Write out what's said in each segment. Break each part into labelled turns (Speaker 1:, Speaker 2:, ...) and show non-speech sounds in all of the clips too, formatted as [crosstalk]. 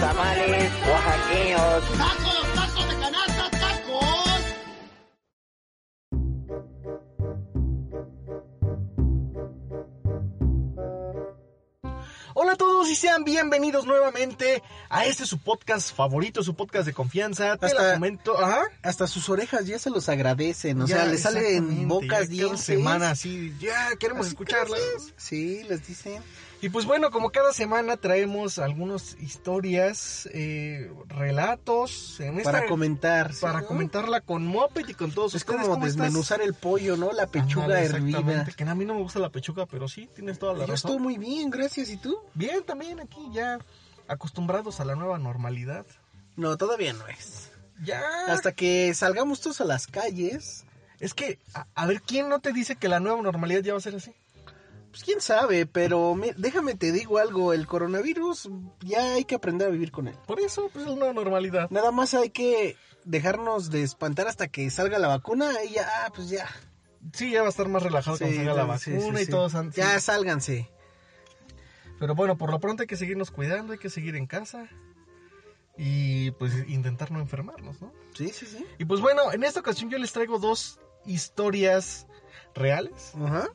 Speaker 1: Tamales oaxaqueños.
Speaker 2: ¡Tacos! ¡Tacos de canasta! ¡Tacos!
Speaker 3: Hola a todos y sean bienvenidos nuevamente a este su podcast favorito, su podcast de confianza. Te
Speaker 4: Hasta-
Speaker 3: la comento. Ajá.
Speaker 4: Hasta sus orejas ya se los agradecen, o sea,
Speaker 3: Ya,
Speaker 4: les salen
Speaker 3: exactamente, ya
Speaker 4: bocas,
Speaker 3: cada
Speaker 4: dientes.
Speaker 3: semana así, ya queremos escucharlas.
Speaker 4: Sí, les dicen.
Speaker 3: Y pues bueno, como cada semana traemos algunas historias, eh, relatos. En esta-
Speaker 4: Para comentar. ¿sí,
Speaker 3: Para
Speaker 4: no?
Speaker 3: comentarla con Moped y con todos
Speaker 4: Es
Speaker 3: ustedes.
Speaker 4: como
Speaker 3: ¿Cómo estás?
Speaker 4: desmenuzar el pollo, ¿no? La pechuga
Speaker 3: Ándale,
Speaker 4: hervida.
Speaker 3: exactamente, Que a mí no me gusta la pechuga, pero sí, tienes toda la
Speaker 4: Yo
Speaker 3: razón.
Speaker 4: estoy muy bien, gracias. ¿Y tú?
Speaker 3: Bien, también aquí ya acostumbrados a la nueva normalidad.
Speaker 4: No, todavía no es.
Speaker 3: Ya.
Speaker 4: Hasta que salgamos todos a las calles,
Speaker 3: Es que, a, a ver, ¿quién no te dice que la nueva normalidad ya va a ser así?
Speaker 4: pues quién sabe, pero me- déjame te digo algo, el coronavirus ya hay que aprender a vivir con él.
Speaker 3: Por eso, pues es la nueva normalidad.
Speaker 4: Nada más hay que dejarnos de espantar hasta que salga la vacuna y ya, ah, pues ya.
Speaker 3: Sí, ya va a estar más relajado
Speaker 4: Sí,
Speaker 3: cuando salga la
Speaker 4: sí, sí,
Speaker 3: vacuna y
Speaker 4: sí.
Speaker 3: todos han- sí.
Speaker 4: Ya sálganse.
Speaker 3: Pero bueno, por lo pronto hay que seguirnos cuidando, hay que seguir en casa. Y pues intentar no enfermarnos, ¿no?
Speaker 4: Sí, sí, sí.
Speaker 3: Y pues bueno, en esta ocasión yo les traigo dos historias reales.
Speaker 4: Ajá.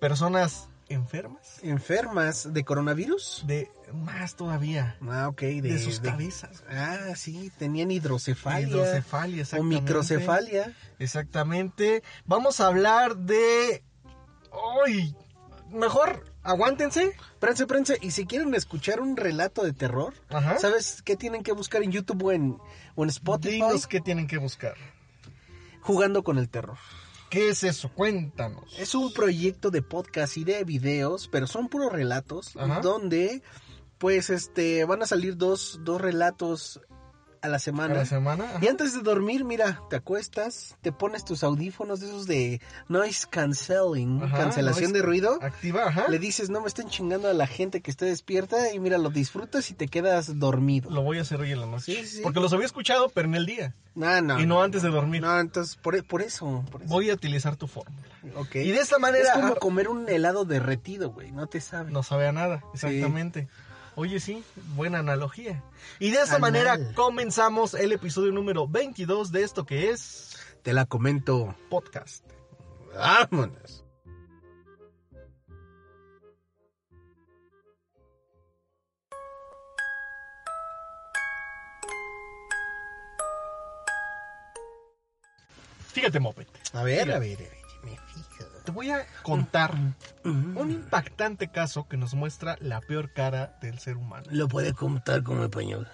Speaker 3: Personas enfermas.
Speaker 4: Enfermas de coronavirus.
Speaker 3: De más todavía.
Speaker 4: Ah, ok. De,
Speaker 3: De, sus
Speaker 4: de-
Speaker 3: cabezas.
Speaker 4: Ah, sí, tenían hidrocefalia.
Speaker 3: Hidrocefalia,
Speaker 4: o
Speaker 3: exactamente.
Speaker 4: microcefalia.
Speaker 3: Exactamente. Vamos a hablar de. ¡Ay! Mejor aguántense.
Speaker 4: Prense, prense. Y si quieren escuchar un relato de terror,
Speaker 3: Ajá.
Speaker 4: ¿sabes qué tienen que buscar en YouTube o en, o en Spotify?
Speaker 3: Dinos qué tienen que buscar.
Speaker 4: Jugando con el terror.
Speaker 3: ¿Qué es eso? Cuéntanos.
Speaker 4: Es un proyecto de podcast y de videos, pero son puros relatos,
Speaker 3: Ajá.
Speaker 4: donde pues este van a salir dos, dos relatos a la
Speaker 3: A
Speaker 4: semana.
Speaker 3: la semana.
Speaker 4: Y antes de dormir, mira, te acuestas, te pones tus audífonos de esos de noise canceling,
Speaker 3: Ajá,
Speaker 4: cancelación
Speaker 3: noise-
Speaker 4: de ruido.
Speaker 3: Activa, ajá.
Speaker 4: Le dices, no me estén chingando a la gente que esté despierta y mira, lo disfrutas y te quedas dormido.
Speaker 3: Lo voy a hacer hoy en la noche.
Speaker 4: Sí, sí, sí.
Speaker 3: Porque los había escuchado, pero en el día.
Speaker 4: No, no.
Speaker 3: y no antes de dormir.
Speaker 4: No, entonces por, e-, por eso. Por eso.
Speaker 3: Voy a utilizar tu fórmula.
Speaker 4: Ok.
Speaker 3: Y de esta
Speaker 4: es
Speaker 3: manera.
Speaker 4: como
Speaker 3: ah,
Speaker 4: comer un helado derretido, güey, no te sabe.
Speaker 3: No sabe a nada,
Speaker 4: Sí.
Speaker 3: exactamente. Oye, sí, buena analogía. Y de esta
Speaker 4: Anal.
Speaker 3: manera comenzamos el episodio número 22 de esto que es
Speaker 4: Te la comento.
Speaker 3: podcast.
Speaker 4: Vámonos.
Speaker 3: Fíjate, Moped.
Speaker 4: A ver,
Speaker 3: Mira.
Speaker 4: a ver, a ver, me fijo.
Speaker 3: Te voy a contar
Speaker 4: Ujú.
Speaker 3: un impactante caso que nos muestra la peor cara del ser humano.
Speaker 4: Lo puede contar como español.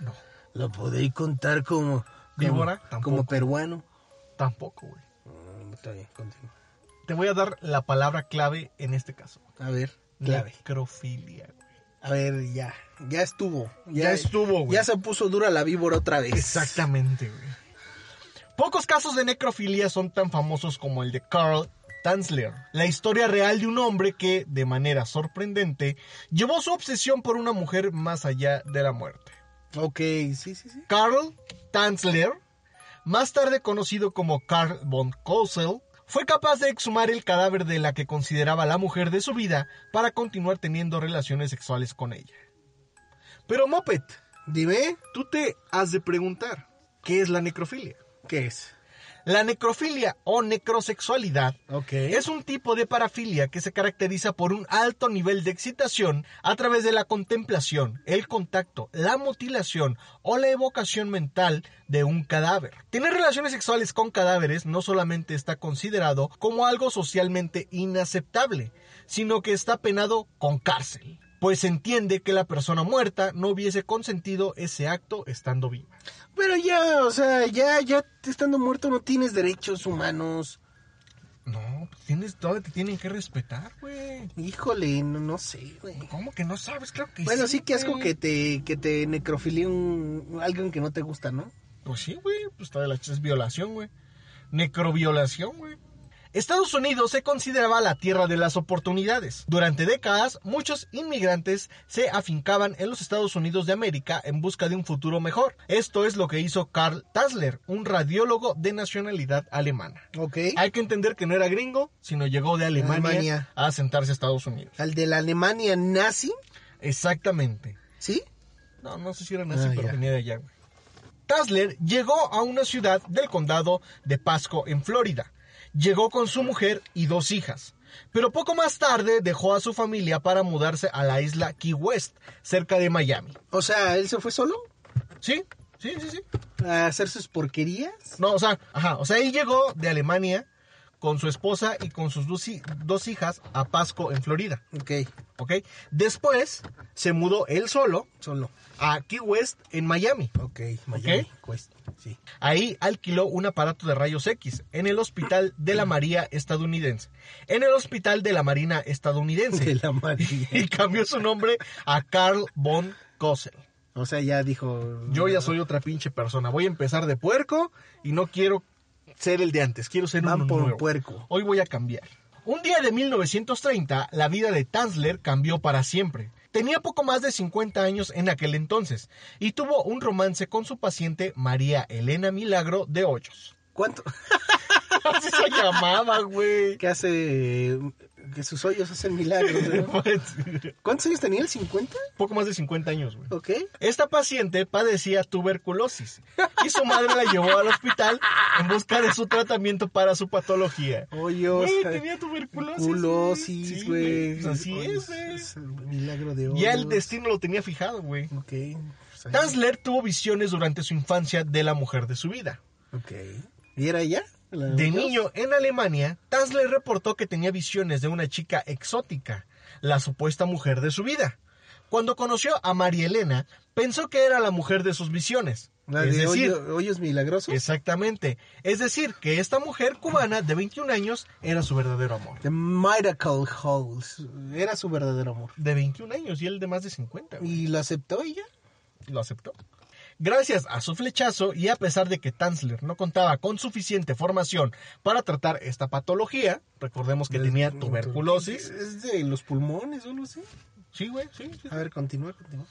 Speaker 3: No,
Speaker 4: Lo podéis contar como.
Speaker 3: Víbora,
Speaker 4: Como,
Speaker 3: tampoco.
Speaker 4: como peruano.
Speaker 3: tampoco, güey.
Speaker 4: Mm, Está bien, continúa.
Speaker 3: Te voy a dar la palabra clave en este caso.
Speaker 4: A ver, clave.
Speaker 3: Necrofilia, güey.
Speaker 4: A ver, ya. Ya estuvo. Ya,
Speaker 3: Ya estuvo, güey.
Speaker 4: Ya se puso dura la víbora otra vez.
Speaker 3: Exactamente, güey. Pocos casos de necrofilia son tan famosos como el de Carl Tanzler, la historia real de un hombre que, de manera sorprendente, llevó su obsesión por una mujer más allá de la muerte.
Speaker 4: Ok, sí, sí, sí.
Speaker 3: Carl Tanzler, más tarde conocido como Carl von Kossel, fue capaz de exhumar el cadáver de la que consideraba la mujer de su vida para continuar teniendo relaciones sexuales con ella. Pero Moped,
Speaker 4: Dime,
Speaker 3: tú te has de preguntar, ¿qué es la necrofilia?
Speaker 4: ¿qué es?
Speaker 3: La necrofilia o necrosexualidad
Speaker 4: Ok.
Speaker 3: es un tipo de parafilia que se caracteriza por un alto nivel de excitación a través de la contemplación, el contacto, la mutilación o la evocación mental de un cadáver. Tener relaciones sexuales con cadáveres no solamente está considerado como algo socialmente inaceptable, sino que está penado con cárcel. pues entiende que la persona muerta no hubiese consentido ese acto estando viva.
Speaker 4: Pero ya, o sea, ya, ya estando muerto no tienes derechos humanos.
Speaker 3: No, pues tienes, todavía te tienen que respetar, güey.
Speaker 4: Híjole, no, no sé, güey.
Speaker 3: ¿Cómo que no sabes? Claro que
Speaker 4: Bueno, sí, que asco
Speaker 3: güey.
Speaker 4: que te, que te necrofilie un, alguien que no te gusta, ¿no?
Speaker 3: Pues sí, güey, pues todavía la ch- es violación, güey. Necroviolación, güey. Estados Unidos se consideraba la tierra de las oportunidades. Durante décadas, muchos inmigrantes se afincaban en los Estados Unidos de América en busca de un futuro mejor. Esto es lo que hizo Karl Tassler, un radiólogo de nacionalidad alemana.
Speaker 4: Ok.
Speaker 3: Hay que entender que no era gringo, sino llegó de Alemania,
Speaker 4: Alemania.
Speaker 3: a sentarse a Estados Unidos.
Speaker 4: Al de la Alemania nazi,
Speaker 3: Exactamente.
Speaker 4: ¿sí?
Speaker 3: No, no sé si era nazi,
Speaker 4: Ah,
Speaker 3: pero
Speaker 4: ya.
Speaker 3: venía de allá, güey. Tassler llegó a una ciudad del condado de Pasco, en Florida. Llegó con su mujer y dos hijas. Pero poco más tarde dejó a su familia para mudarse a la isla Key West, cerca de Miami.
Speaker 4: O sea, él se fue solo
Speaker 3: ¿Sí? Sí, sí, sí.
Speaker 4: a hacer sus porquerías.
Speaker 3: No, o sea, ajá, o sea, él llegó de Alemania con su esposa y con sus dos, hi- dos hijas a Pasco, en Florida.
Speaker 4: Ok,
Speaker 3: ¿Ok? Después se mudó él solo
Speaker 4: solo.
Speaker 3: a Key West, en Miami.
Speaker 4: Ok, Miami Quest, sí.
Speaker 3: [laughs] Ahí alquiló un aparato de rayos X en el Hospital de la María estadounidense. En el Hospital de la Marina
Speaker 4: De
Speaker 3: estadounidense.
Speaker 4: la María.
Speaker 3: Y cambió su nombre a Carl von Kossel.
Speaker 4: O sea, ya dijo.
Speaker 3: Yo ya soy otra pinche persona. Voy a empezar de puerco y no quiero ser el de antes. Quiero ser
Speaker 4: Van
Speaker 3: un
Speaker 4: por
Speaker 3: nuevo.
Speaker 4: puerco.
Speaker 3: Hoy voy a cambiar. Un día de 1930, la vida de Tansler cambió para siempre. Tenía poco más de 50 años en aquel entonces y tuvo un romance con su paciente María Elena Milagro de Hoyos.
Speaker 4: ¿Cuánto? [laughs]
Speaker 3: Así se llamaba, güey.
Speaker 4: Que hace. eh, Que sus hoyos hacen milagros, ¿no?
Speaker 3: [laughs] Pues,
Speaker 4: ¿Cuántos años tenía? ¿El 50?
Speaker 3: [laughs] Poco más de 50 años, güey.
Speaker 4: Ok.
Speaker 3: Esta paciente padecía tuberculosis y su madre la llevó al hospital en busca de su tratamiento para su patología.
Speaker 4: Hoyos.
Speaker 3: Güey,
Speaker 4: eh,
Speaker 3: tenía tuberculosis.
Speaker 4: Culosis,
Speaker 3: Sí,
Speaker 4: güey.
Speaker 3: pues así
Speaker 4: Hoyos,
Speaker 3: es,
Speaker 4: es el milagro
Speaker 3: güey.
Speaker 4: de hoyos.
Speaker 3: Ya el destino lo tenía fijado, güey.
Speaker 4: Ok. pues ahí-
Speaker 3: Tansler tuvo visiones durante su infancia de la mujer de su vida.
Speaker 4: Ok. ¿Y era ella? ¿La
Speaker 3: De
Speaker 4: hoyos?
Speaker 3: niño en Alemania, Tansler reportó que tenía visiones de una chica exótica, la supuesta mujer de su vida. Cuando conoció a María Elena, pensó que era la mujer de sus visiones.
Speaker 4: La
Speaker 3: es
Speaker 4: de
Speaker 3: decir,
Speaker 4: hoyo- hoyos milagrosos.
Speaker 3: exactamente. Es decir, que esta mujer cubana de 21 años era su verdadero amor.
Speaker 4: The Miracle Halls. Era su verdadero amor.
Speaker 3: De 21 años y él de más de 50. güey.
Speaker 4: ¿Y lo aceptó ella?
Speaker 3: lo aceptó. Gracias a su flechazo y a pesar de que Tansler no contaba con suficiente formación para tratar esta patología, recordemos que tenía tuberculosis.
Speaker 4: Es de los pulmones, o no sé.
Speaker 3: Sí, güey, sí, sí,
Speaker 4: A ver, continúa, continúa.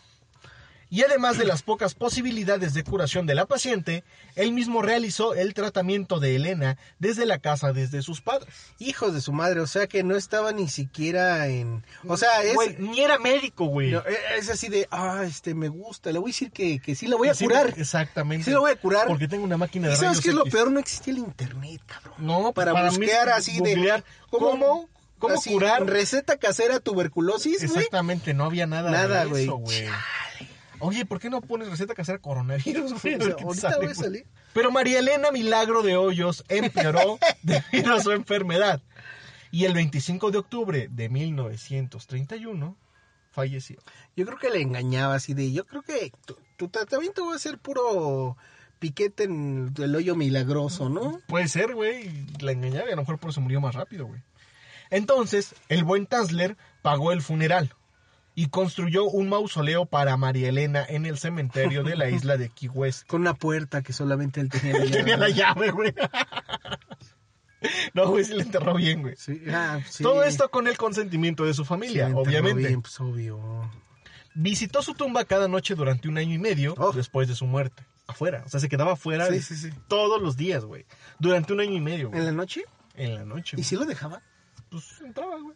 Speaker 3: Y además de las pocas posibilidades de curación de la paciente, él mismo realizó el tratamiento de Elena desde la casa desde sus padres.
Speaker 4: Hijos de su madre, o sea que no estaba ni siquiera en... O sea, es...
Speaker 3: Güey, ni era médico, güey.
Speaker 4: no, es así de, ah, este, me gusta, le voy a decir que, que sí la voy a
Speaker 3: Sí,
Speaker 4: curar.
Speaker 3: Exactamente.
Speaker 4: Sí la voy a curar.
Speaker 3: Porque tengo una máquina de
Speaker 4: ¿Y sabes
Speaker 3: rayos
Speaker 4: qué es lo
Speaker 3: X.
Speaker 4: peor? No existía el internet, cabrón.
Speaker 3: No,
Speaker 4: para,
Speaker 3: mí es
Speaker 4: buscar así
Speaker 3: googlear,
Speaker 4: de...
Speaker 3: ¿Cómo, cómo
Speaker 4: así,
Speaker 3: curar?
Speaker 4: Receta casera tuberculosis, güey.
Speaker 3: Exactamente, no había nada,
Speaker 4: Nada,
Speaker 3: de
Speaker 4: güey.
Speaker 3: eso, güey. Oye, ¿por qué no pones receta casera coronavirus? güey? A
Speaker 4: O
Speaker 3: ver
Speaker 4: sea,
Speaker 3: qué
Speaker 4: ahorita
Speaker 3: sale,
Speaker 4: voy a
Speaker 3: güey.
Speaker 4: salir.
Speaker 3: Pero María Elena Milagro de Hoyos
Speaker 4: [laughs]
Speaker 3: empeoró debido a su enfermedad. Y el 25 de octubre de 1931 falleció.
Speaker 4: Yo creo que le engañaba así de, yo creo que tu, tu tratamiento va a ser puro piquete en el hoyo milagroso, ¿no?
Speaker 3: Puede ser, güey, y la engañaba y a lo mejor por eso murió más rápido, güey. Entonces, el buen Tansler pagó el funeral y construyó un mausoleo para María Elena en el cementerio de
Speaker 4: [laughs]
Speaker 3: la isla de Key West.
Speaker 4: Con una puerta que solamente él tenía.
Speaker 3: Él [laughs] tenía la llave, güey. No, güey, se le enterró bien, güey.
Speaker 4: Sí, ah, sí.
Speaker 3: Todo esto con el consentimiento de su
Speaker 4: Sí,
Speaker 3: familia,
Speaker 4: enterró
Speaker 3: obviamente.
Speaker 4: bien, pues, obvio.
Speaker 3: Visitó su tumba cada noche durante un año y medio
Speaker 4: Oh.
Speaker 3: después de su muerte. Afuera, o sea, se quedaba afuera
Speaker 4: Sí, sí, sí.
Speaker 3: todos los días, güey. Durante un año y medio, güey.
Speaker 4: ¿En la noche?
Speaker 3: En la noche,
Speaker 4: ¿Y
Speaker 3: güey.
Speaker 4: si lo dejaba?
Speaker 3: Pues entraba, güey.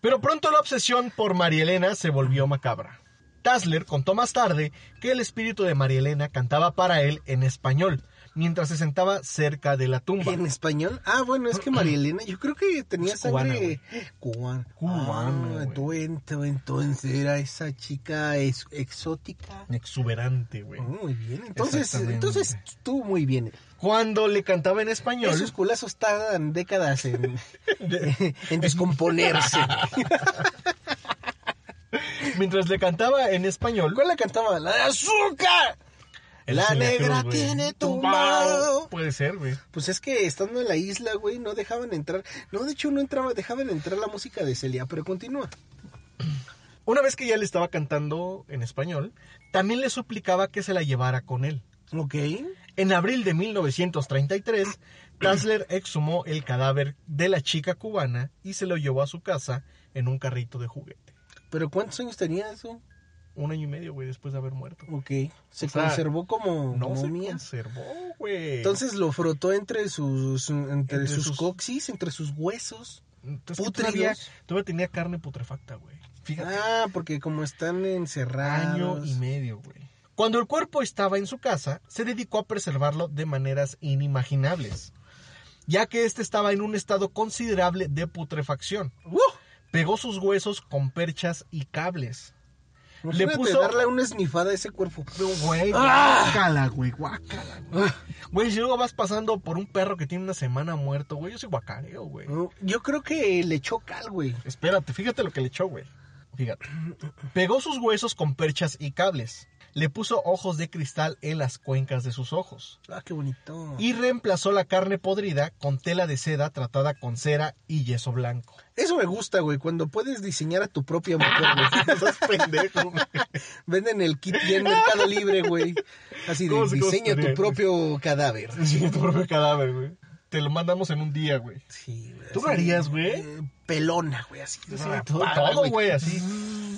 Speaker 3: Pero pronto la obsesión por María Elena se volvió macabra. Tassler contó más tarde que el espíritu de María Elena cantaba para él en español, mientras se sentaba cerca de la tumba.
Speaker 4: ¿En español? Ah, bueno, [clears throat] es que María Elena, yo creo que tenía
Speaker 3: Es cubana,
Speaker 4: sangre cubana.
Speaker 3: Cubana,
Speaker 4: Ah,
Speaker 3: güey.
Speaker 4: tú ent- entonces era esa chica ex- exótica.
Speaker 3: exuberante, güey.
Speaker 4: Muy bien, entonces,
Speaker 3: Exactamente.
Speaker 4: entonces tú muy bien.
Speaker 3: Cuando le cantaba en español,
Speaker 4: Esos culazos tardan décadas [laughs] en,
Speaker 3: de-
Speaker 4: [laughs] en descomponerse.
Speaker 3: Mientras le cantaba en español.
Speaker 4: ¿Cuál la cantaba? La de azúcar.
Speaker 3: él
Speaker 4: La
Speaker 3: se la
Speaker 4: negra
Speaker 3: tuvo, güey.
Speaker 4: tiene tumbado.
Speaker 3: Tumbao. Puede ser, güey.
Speaker 4: Pues es que estando en la isla, güey, no dejaban entrar. No, de hecho, no entraba, dejaban entrar la música de Celia, pero continúa.
Speaker 3: Una vez que ya le estaba cantando en español, también le suplicaba que se la llevara con él.
Speaker 4: Ok.
Speaker 3: En abril de
Speaker 4: [clears throat]
Speaker 3: 1933, Tassler exhumó el cadáver de la chica cubana y se lo llevó a su casa en un carrito de juguete.
Speaker 4: Pero ¿cuántos años tenía eso?
Speaker 3: Un año y medio, güey, después de haber muerto.
Speaker 4: Ok. Se
Speaker 3: O sea,
Speaker 4: conservó como
Speaker 3: No se
Speaker 4: momia.
Speaker 3: conservó, güey.
Speaker 4: Mm, Entonces lo frotó entre sus entre,
Speaker 3: Entre
Speaker 4: sus,
Speaker 3: sus-
Speaker 4: coxis, entre sus huesos.
Speaker 3: Entonces,
Speaker 4: putridos.
Speaker 3: todavía, todavía tenía carne putrefacta, güey. Fíjate.
Speaker 4: Ah, porque como están encerrados.
Speaker 3: Año y medio, güey. Cuando el cuerpo estaba en su casa, se dedicó a preservarlo de maneras inimaginables, ya que este estaba en un estado considerable de putrefacción.
Speaker 4: ¡Uh!
Speaker 3: Pegó sus huesos con perchas y cables. Le
Speaker 4: Imagínate
Speaker 3: puso-
Speaker 4: darle una esnifada a ese cuerpo.
Speaker 3: Güey, guácala, güey, guácala. güey. Ah. Güey, si luego vas pasando por un perro que tiene una semana muerto, güey, yo soy guacareo, güey.
Speaker 4: No, Yo creo que le echó cal, güey.
Speaker 3: Espérate, fíjate lo que le echó, güey. Fíjate. Pegó sus huesos con perchas y cables. Le puso ojos de cristal en las cuencas de sus ojos.
Speaker 4: Ah, qué bonito.
Speaker 3: y reemplazó la carne podrida con tela de seda tratada con cera y yeso blanco.
Speaker 4: Eso me gusta, güey, cuando puedes diseñar a tu propia mujer, güey. [laughs] [laughs] Estás pendejo, güey. Venden el kit ya en Mercado Libre, güey. Así de
Speaker 3: ¿Cómo se- cómo se
Speaker 4: diseña tu
Speaker 3: estaría?
Speaker 4: propio cadáver.
Speaker 3: Sí, tu propio cadáver, güey. Te lo mandamos en un día, güey.
Speaker 4: Sí, güey.
Speaker 3: ¿Tú
Speaker 4: así,
Speaker 3: lo harías, güey?
Speaker 4: eh, Pelona, güey, así.
Speaker 3: Sí,
Speaker 4: rapada,
Speaker 3: todo, todo, güey, así.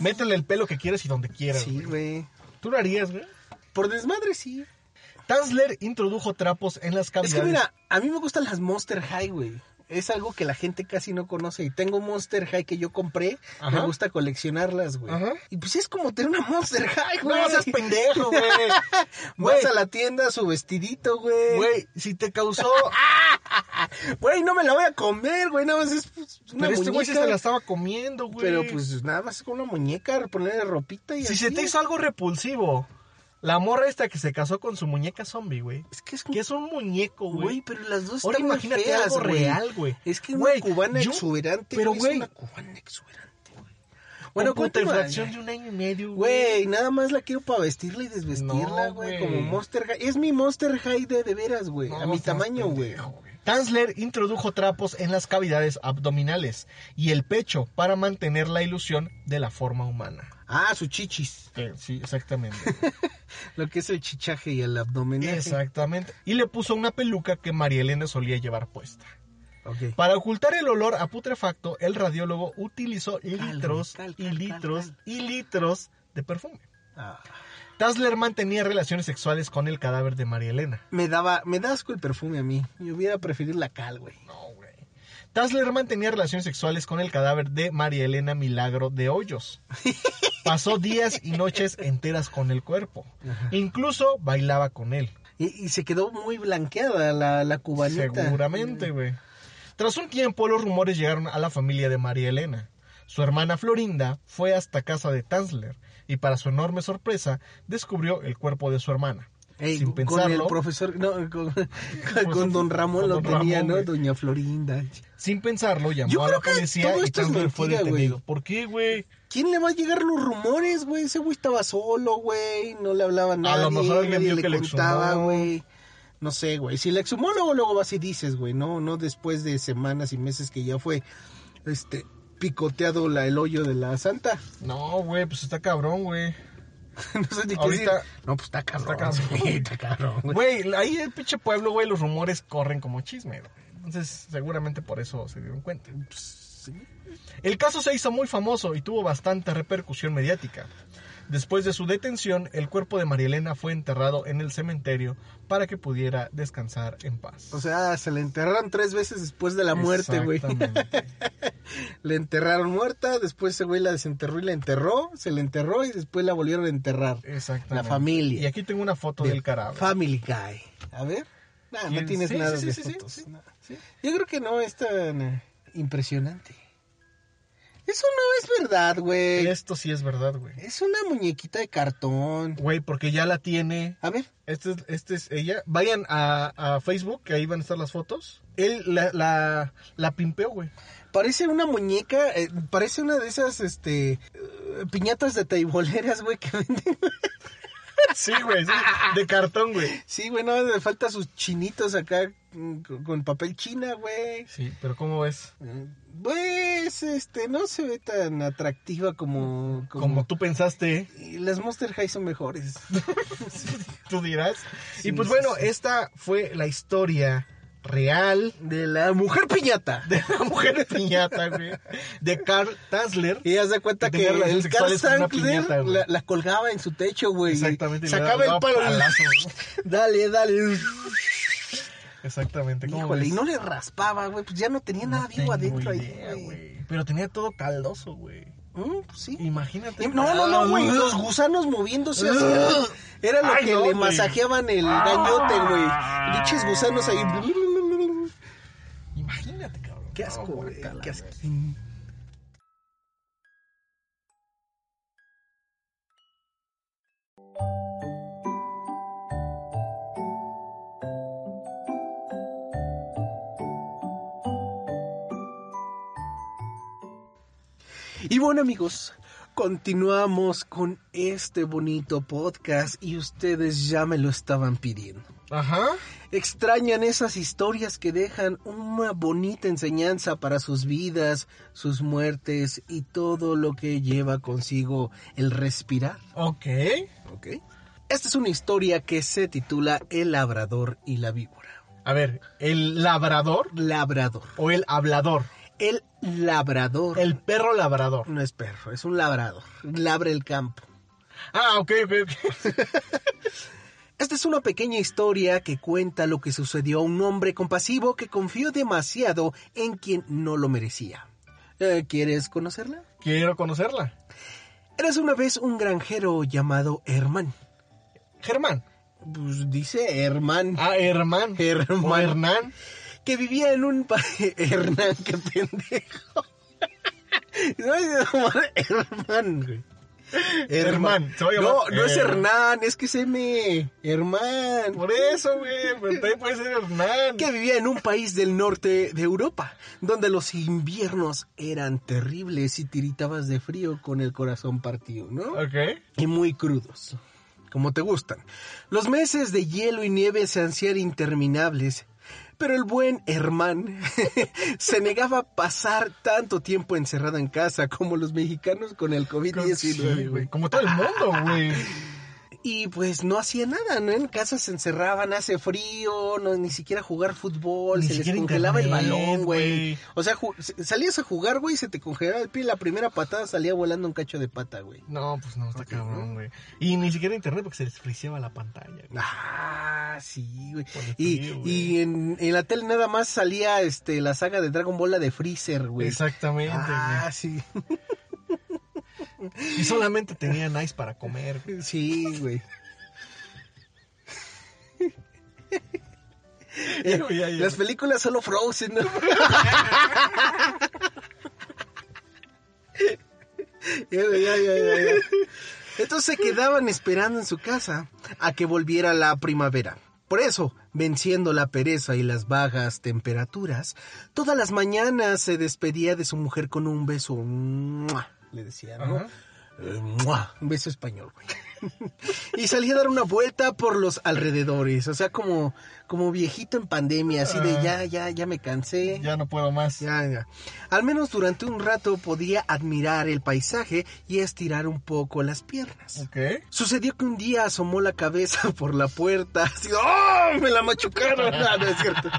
Speaker 3: Métele el pelo que quieras y donde quieras,
Speaker 4: Sí,
Speaker 3: güey.
Speaker 4: güey.
Speaker 3: ¿Tú lo harías, güey?
Speaker 4: Por desmadre, sí.
Speaker 3: Tansler introdujo trapos en las
Speaker 4: Es
Speaker 3: cavidades.
Speaker 4: que mira, a mí me gustan las Monster High, güey. Es algo que la gente casi no conoce. Y tengo Monster High que yo compré.
Speaker 3: Ajá.
Speaker 4: Me gusta coleccionarlas, güey.
Speaker 3: Ajá.
Speaker 4: Y pues es como tener una Monster High, güey.
Speaker 3: No seas pendejo, güey.
Speaker 4: [laughs] Vas
Speaker 3: Güey.
Speaker 4: a la tienda, su vestidito, güey.
Speaker 3: Güey, si te
Speaker 4: [laughs]
Speaker 3: causó...
Speaker 4: Ah, Güey, no me la voy a comer, güey. Nada más es pues, una
Speaker 3: Pero este güey sí
Speaker 4: muñeca.
Speaker 3: se la estaba comiendo, güey.
Speaker 4: Pero pues nada más es con una muñeca, ponerle ropita y
Speaker 3: Si
Speaker 4: así.
Speaker 3: se te hizo algo repulsivo, la morra esta que se casó con su muñeca zombie, güey.
Speaker 4: Es que es
Speaker 3: Que es un muñeco,
Speaker 4: Güey,
Speaker 3: güey.
Speaker 4: pero las dos
Speaker 3: Ahora
Speaker 4: están muy
Speaker 3: imagínate
Speaker 4: feas,
Speaker 3: algo
Speaker 4: güey.
Speaker 3: real, güey.
Speaker 4: Es que una
Speaker 3: Güey,
Speaker 4: cubana
Speaker 3: yo-
Speaker 4: exuberante,
Speaker 3: pero,
Speaker 4: güey, es
Speaker 3: güey.
Speaker 4: una cubana exuberante, güey. Bueno,
Speaker 3: con
Speaker 4: continúa,
Speaker 3: putrefacción
Speaker 4: ya.
Speaker 3: de un año y medio,
Speaker 4: Güey, nada más la quiero para vestirla y desvestirla,
Speaker 3: No, güey.
Speaker 4: güey, como Monster High. Es mi Monster High de, de veras, güey,
Speaker 3: No,
Speaker 4: a mi
Speaker 3: seas
Speaker 4: tamaño, güey.
Speaker 3: pendejo, Tansler introdujo trapos en las cavidades abdominales y el pecho para mantener la ilusión de la forma humana.
Speaker 4: Ah, sus chichis,
Speaker 3: Sí,
Speaker 4: [laughs]
Speaker 3: exactamente.
Speaker 4: lo que es el chichaje y el abdomen.
Speaker 3: exactamente. Y le puso una peluca que María Elena solía llevar puesta.
Speaker 4: Ok.
Speaker 3: Para ocultar el olor a putrefacto, el radiólogo utilizó litros
Speaker 4: cal,
Speaker 3: y
Speaker 4: cal,
Speaker 3: litros
Speaker 4: cal,
Speaker 3: y litros de perfume.
Speaker 4: Ah.
Speaker 3: Tansler mantenía relaciones sexuales con el cadáver de María Elena.
Speaker 4: Me daba, me da asco el perfume a mí. Yo hubiera preferido la cal, güey.
Speaker 3: No, güey. Tassler mantenía relaciones sexuales con el cadáver de María Elena Milagro de
Speaker 4: [laughs]
Speaker 3: Hoyos. Pasó días y noches enteras con el cuerpo. Incluso bailaba con él.
Speaker 4: Y, y se quedó muy blanqueada la, la cubanita.
Speaker 3: Seguramente, güey. Tras un tiempo, los rumores llegaron a la familia de María Elena. Su hermana Florinda fue hasta casa de Tansler y, para su enorme sorpresa, descubrió el cuerpo de su hermana.
Speaker 4: Ey,
Speaker 3: Sin
Speaker 4: Con el
Speaker 3: pensarlo,
Speaker 4: profesor, no, con, con don
Speaker 3: [laughs]
Speaker 4: Ramón
Speaker 3: Con
Speaker 4: lo
Speaker 3: don
Speaker 4: tenía,
Speaker 3: Ramón,
Speaker 4: ¿no?
Speaker 3: güey.
Speaker 4: Doña Florinda.
Speaker 3: sin pensarlo, llamó
Speaker 4: Yo
Speaker 3: a
Speaker 4: creo
Speaker 3: la
Speaker 4: que
Speaker 3: policía
Speaker 4: todo
Speaker 3: y
Speaker 4: esto es
Speaker 3: Tansler fue
Speaker 4: mentira, güey.
Speaker 3: detenido. ¿Por qué, güey?
Speaker 4: ¿Quién le va a llegar los rumores, güey? Ese güey estaba solo, güey. No le hablaba a nadie.
Speaker 3: lo mejor alguien
Speaker 4: nadie
Speaker 3: vio
Speaker 4: le
Speaker 3: que le
Speaker 4: contaba,
Speaker 3: exhumó.
Speaker 4: güey. No sé, güey. Si le exhumó, luego, luego vas y dices, güey. No, no después de semanas y meses que ya fue, este, picoteado la, el hoyo de la santa. [laughs]
Speaker 3: No, güey, pues está cabrón, güey.
Speaker 4: no sé ni qué decir.
Speaker 3: Ahorita-
Speaker 4: No, pues está cabrón.
Speaker 3: Está cabrón.
Speaker 4: sí, está cabrón, güey.
Speaker 3: [laughs] Güey, ahí en el pinche pueblo, güey, los rumores corren como chisme, güey. Entonces, seguramente por eso se dieron cuenta.
Speaker 4: Pues,
Speaker 3: El caso se hizo muy famoso y tuvo bastante repercusión mediática. Después de su detención, el cuerpo de María Elena fue enterrado en el cementerio para que pudiera descansar en paz.
Speaker 4: O sea, se le enterraron tres veces después de la muerte, güey. [laughs]
Speaker 3: Exactamente.
Speaker 4: Le enterraron muerta, después ese güey la desenterró y la enterró, se la enterró y después la volvieron a enterrar.
Speaker 3: Exactamente.
Speaker 4: La familia.
Speaker 3: Y aquí tengo una foto
Speaker 4: Bien.
Speaker 3: del cadáver.
Speaker 4: Family Guy. A ver. Nah, no
Speaker 3: ¿Quién?
Speaker 4: tienes
Speaker 3: Sí,
Speaker 4: nada
Speaker 3: sí,
Speaker 4: de
Speaker 3: sí, sí,
Speaker 4: fotos.
Speaker 3: sí,
Speaker 4: Nah. Yo creo que no es tan eh, impresionante. Eso no es verdad, güey.
Speaker 3: Esto sí es verdad, güey.
Speaker 4: Es una muñequita de cartón.
Speaker 3: Güey, porque ya la tiene.
Speaker 4: A ver,
Speaker 3: Este es, este es ella. Vayan a, a Facebook, que ahí van a estar las fotos. Él la, la, la pimpeó, güey.
Speaker 4: parece una muñeca, eh, parece una de esas, este, eh, piñatas de taiboleras, güey, que venden.
Speaker 3: [laughs]
Speaker 4: [laughs]
Speaker 3: Sí, güey. sí, de cartón, güey.
Speaker 4: Sí, güey, no, le falta sus chinitos acá mm, con, con papel china, güey.
Speaker 3: Sí, pero ¿cómo ves?
Speaker 4: Eh, Pues, este, no se ve tan atractiva como... como...
Speaker 3: Como tú pensaste,
Speaker 4: Y Las Monster High son mejores.
Speaker 3: tú dirás.
Speaker 4: Sí,
Speaker 3: y pues
Speaker 4: sí,
Speaker 3: bueno,
Speaker 4: sí.
Speaker 3: esta fue la historia real
Speaker 4: De la mujer piñata.
Speaker 3: de la mujer piñata, güey. De Carl Tansler.
Speaker 4: Y haz de cuenta
Speaker 3: Que
Speaker 4: que
Speaker 3: tenía relaciones
Speaker 4: el Carl
Speaker 3: sexuales con una
Speaker 4: Sankler
Speaker 3: piñata, güey.
Speaker 4: la, la colgaba en su techo, güey. y
Speaker 3: Exactamente. y le
Speaker 4: Sacaba
Speaker 3: daba
Speaker 4: el palo.
Speaker 3: palazo, güey.
Speaker 4: Dale, dale.
Speaker 3: Exactamente. ¿cómo
Speaker 4: Híjole,
Speaker 3: ves?
Speaker 4: y no le raspaba, güey. Pues ya no tenía
Speaker 3: No
Speaker 4: nada vivo
Speaker 3: tengo
Speaker 4: adentro
Speaker 3: idea,
Speaker 4: ahí, güey.
Speaker 3: güey. Pero tenía todo caldoso, güey.
Speaker 4: Mm, pues sí.
Speaker 3: Imagínate. Ah,
Speaker 4: Y- No, no, no, güey. Los gusanos moviéndose así. Era lo
Speaker 3: Ay,
Speaker 4: que
Speaker 3: no, güey.
Speaker 4: le
Speaker 3: Ah.
Speaker 4: masajeaban el gañote, güey. Diches gusanos ahí.
Speaker 3: Imagínate, cabrón.
Speaker 4: Qué asco, güey. Qué asco. Y bueno amigos, continuamos con este bonito podcast y ustedes ya me lo estaban pidiendo.
Speaker 3: Ajá.
Speaker 4: Extrañan esas historias que dejan una bonita enseñanza para sus vidas, sus muertes y todo lo que lleva consigo el respirar.
Speaker 3: Ok.
Speaker 4: ¿Ok? Esta es una historia que se titula El labrador y la víbora.
Speaker 3: A ver, el labrador
Speaker 4: Labrador.
Speaker 3: o el hablador.
Speaker 4: El labrador.
Speaker 3: El perro labrador.
Speaker 4: No es perro, es un labrador. Labra el campo.
Speaker 3: Ah, ok, ok, ok. [laughs]
Speaker 4: Esta es una pequeña historia que cuenta lo que sucedió a un hombre compasivo que confió demasiado en quien no lo merecía. Eh, ¿Quieres conocerla?
Speaker 3: Quiero conocerla.
Speaker 4: Eras una vez un granjero llamado Herman.
Speaker 3: Germán.
Speaker 4: Pues dice Herman.
Speaker 3: Ah, Hermán.
Speaker 4: Germán.
Speaker 3: O Hernán.
Speaker 4: Que vivía en un pa- [laughs] Hernán, qué pendejo. [laughs] No es Omar, Herman, güey.
Speaker 3: Herman, se va a llamar
Speaker 4: No, no es
Speaker 3: Her-
Speaker 4: Hernán, es que es M. Herman.
Speaker 3: Por eso, güey. pero También puede ser Hernán.
Speaker 4: que vivía en un país del norte de Europa, donde los inviernos eran terribles y tiritabas de frío con el corazón partido, ¿no?
Speaker 3: Ok.
Speaker 4: Y muy crudos, como te gustan. Los meses de hielo y nieve se hacían interminables, pero el buen Herman [laughs] se negaba a pasar tanto tiempo encerrado en casa como los mexicanos con el
Speaker 3: Sí,
Speaker 4: COVID-19,
Speaker 3: güey.
Speaker 4: güey. Ah,
Speaker 3: Como todo el mundo, güey.
Speaker 4: Y pues no hacía nada, ¿no? En casa se encerraban, hace frío, no, ni siquiera jugar fútbol,
Speaker 3: Ni
Speaker 4: se les
Speaker 3: siquiera
Speaker 4: congelaba el
Speaker 3: internet,
Speaker 4: balón, güey.
Speaker 3: güey.
Speaker 4: O sea, ju- salías a jugar, güey, y se te congelaba el pie, y la primera patada salía volando un cacho de pata, güey.
Speaker 3: No, pues no, está cabrón, güey. Y ni siquiera internet porque se les friseaba la pantalla, güey.
Speaker 4: Ah, sí, güey.
Speaker 3: Por el
Speaker 4: Y,
Speaker 3: frío,
Speaker 4: y en, en la tele nada más salía este la saga de Dragon Ball la de Freezer, güey.
Speaker 3: Exactamente,
Speaker 4: Ah, sí.
Speaker 3: güey. Y solamente tenían ice para comer, güey.
Speaker 4: [laughs] Sí, güey.
Speaker 3: Hijo, [laughs] ya, ya.
Speaker 4: Las películas solo
Speaker 3: [laughs]
Speaker 4: Frozen, ¿no? Ya, ya, ya, ya, ya. Entonces se quedaban esperando en su casa a que volviera la primavera. Por eso, venciendo la pereza y las bajas temperaturas, todas las mañanas se despedía de su mujer con un beso. ¡mua! Le decía, ¿no?
Speaker 3: Ajá.
Speaker 4: Eh, ¡mua! Un beso español, güey. y salía a dar una vuelta por los alrededores. O sea, como, como viejito en pandemia, así de ya, ya, ya me cansé.
Speaker 3: Ya no puedo más.
Speaker 4: Ya, ya. Al menos durante un rato podía admirar el paisaje y estirar un poco las piernas.
Speaker 3: Ok.
Speaker 4: Sucedió que un día asomó la cabeza [laughs] por la puerta, así, ¡oh! Me la machucaron, [laughs] Ah, no, no es cierto.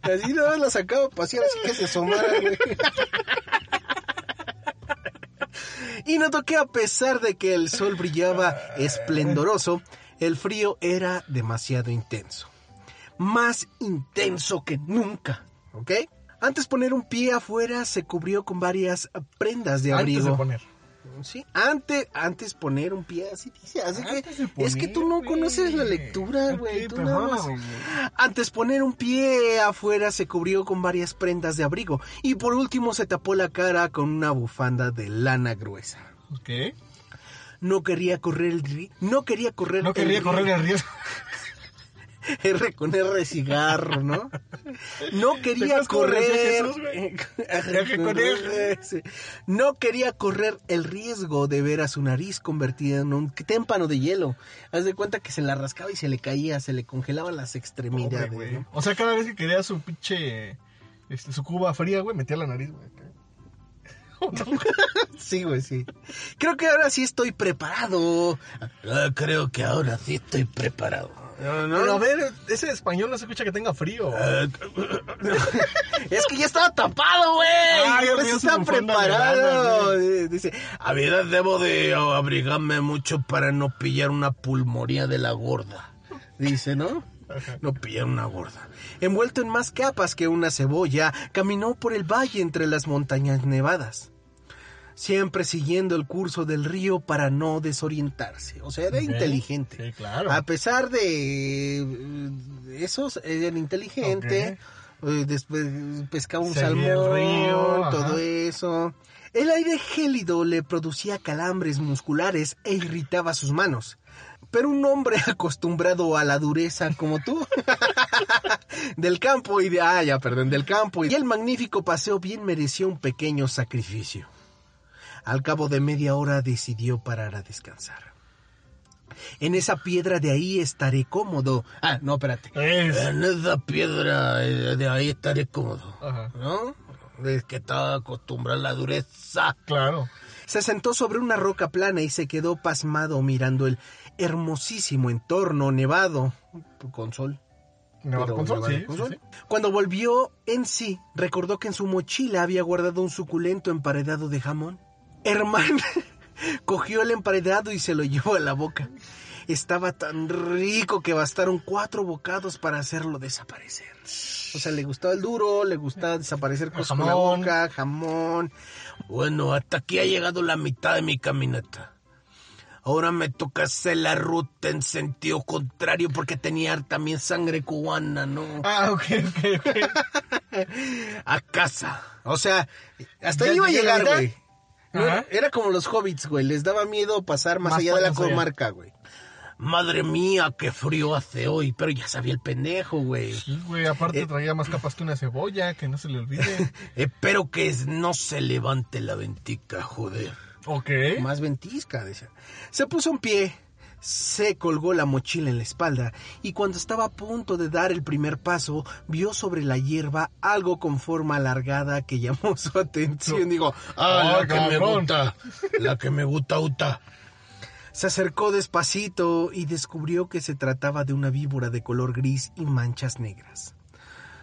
Speaker 4: Así nada más la sacaba a pasear, así que se asomara, güey. [laughs] Y notó que a pesar de que el sol brillaba esplendoroso, el frío era demasiado intenso. Más intenso que nunca, ¿ok? Antes poner un pie afuera se cubrió con varias prendas de
Speaker 3: Antes
Speaker 4: abrigo.
Speaker 3: de poner.
Speaker 4: Sí, antes, antes poner un pie así dice. Así
Speaker 3: Antes
Speaker 4: que
Speaker 3: de poner,
Speaker 4: es que tú no
Speaker 3: güey.
Speaker 4: conoces la lectura,
Speaker 3: Ok,
Speaker 4: güey. tú nada más-
Speaker 3: perdóname, güey.
Speaker 4: Antes poner un pie afuera se cubrió con varias prendas de abrigo y por último se tapó la cara con una bufanda de lana gruesa.
Speaker 3: Ok.
Speaker 4: No quería correr el ri- no quería correr
Speaker 3: No
Speaker 4: el
Speaker 3: querría
Speaker 4: ri-
Speaker 3: correr el riesgo.
Speaker 4: R con R de cigarro, ¿no? No quería
Speaker 3: acuerdas cómo lo decía
Speaker 4: correr.
Speaker 3: Jesús, güey?
Speaker 4: R con R, sí. No quería correr el riesgo de ver a su nariz convertida en un témpano de hielo. Haz de cuenta que se la rascaba y se le caía, se le congelaban las
Speaker 3: Pobre,
Speaker 4: extremidades.
Speaker 3: güey.
Speaker 4: ¿no?
Speaker 3: O sea, cada vez que quería su pinche. este, su cuba fría, güey, metía la nariz, güey.
Speaker 4: Sí, güey, sí. Creo que ahora sí estoy preparado. Ah, creo que ahora sí estoy preparado. No,
Speaker 3: Pero a ver, ese español no se escucha que tenga frío.
Speaker 4: [laughs] es que ya estaba tapado, güey.
Speaker 3: Ay, Dios
Speaker 4: Por
Speaker 3: mío,
Speaker 4: eso
Speaker 3: su
Speaker 4: estaba
Speaker 3: bufanda
Speaker 4: preparado. eh,
Speaker 3: de
Speaker 4: Dice, a mi edad debo de abrigarme mucho para no pillar una pulmonía de la gorda. Dice, ¿no? No pillar una gorda. Envuelto en más capas que una cebolla, caminó por el valle entre las montañas nevadas. Siempre siguiendo el curso del río para no desorientarse. O sea, era
Speaker 3: Ok.
Speaker 4: inteligente.
Speaker 3: Sí, claro.
Speaker 4: A pesar de eh, esos, eran inteligente, eh, después eh, pescaba un
Speaker 3: Seguía el
Speaker 4: salmón,
Speaker 3: río,
Speaker 4: todo
Speaker 3: ajá.
Speaker 4: eso. El aire gélido le producía calambres musculares e irritaba sus manos. Pero un hombre [laughs] acostumbrado a la dureza como tú, del campo y de, ah, ya, perdón, del campo y el magnífico paseo bien mereció un pequeño sacrificio. Al cabo de media hora decidió parar a descansar. En esa piedra de ahí estaré cómodo. Ah, no, espérate.
Speaker 3: Es-
Speaker 4: En esa piedra eh, de ahí estaré cómodo.
Speaker 3: Ajá.
Speaker 4: ¿No? Es que estaba acostumbrado a la dureza.
Speaker 3: Claro.
Speaker 4: Se sentó sobre una roca plana y se quedó pasmado mirando el hermosísimo entorno nevado con sol.
Speaker 3: Nevada
Speaker 4: Pero
Speaker 3: con sol,
Speaker 4: Nevada
Speaker 3: sí,
Speaker 4: con
Speaker 3: sí,
Speaker 4: sol.
Speaker 3: sí.
Speaker 4: Cuando volvió en sí, recordó que en su mochila había guardado un suculento emparedado de jamón. Herman [laughs] cogió el emparedado y se lo llevó a la boca. Estaba tan rico que bastaron cuatro bocados para hacerlo desaparecer. O sea, le gustaba el duro, le gustaba desaparecer cosas con la
Speaker 3: jamón.
Speaker 4: boca, jamón. Bueno, hasta aquí ha llegado la mitad de mi caminata. Ahora me toca hacer la ruta en sentido contrario porque tenía también sangre cubana, ¿no?
Speaker 3: Ah, ok, ok, ok.
Speaker 4: a casa. O sea, hasta
Speaker 3: Ya
Speaker 4: ahí iba a
Speaker 3: llegué a la
Speaker 4: llegar,
Speaker 3: mitad.
Speaker 4: güey. No,
Speaker 3: Ajá.
Speaker 4: era como los hobbits, güey. Les daba miedo pasar más,
Speaker 3: Más
Speaker 4: allá de la
Speaker 3: más allá.
Speaker 4: comarca, güey. Madre mía, qué frío hace hoy. Pero ya sabía el pendejo, güey.
Speaker 3: Sí, güey,
Speaker 4: Eh.
Speaker 3: aparte traía más capas que una cebolla, que no se le
Speaker 4: [laughs]
Speaker 3: olvide.
Speaker 4: Espero Eh, que no se levante la ventica, joder.
Speaker 3: Ok.
Speaker 4: Más ventisca, decía. Se puso en pie, se colgó la mochila en la espalda y cuando estaba a punto de dar el primer paso, vio sobre la hierba algo con forma alargada que llamó [laughs] su atención. Digo,
Speaker 3: Ah, cabrón".
Speaker 4: la que me gusta, Uta. Se acercó despacito y descubrió que se trataba de una víbora de color gris y manchas negras.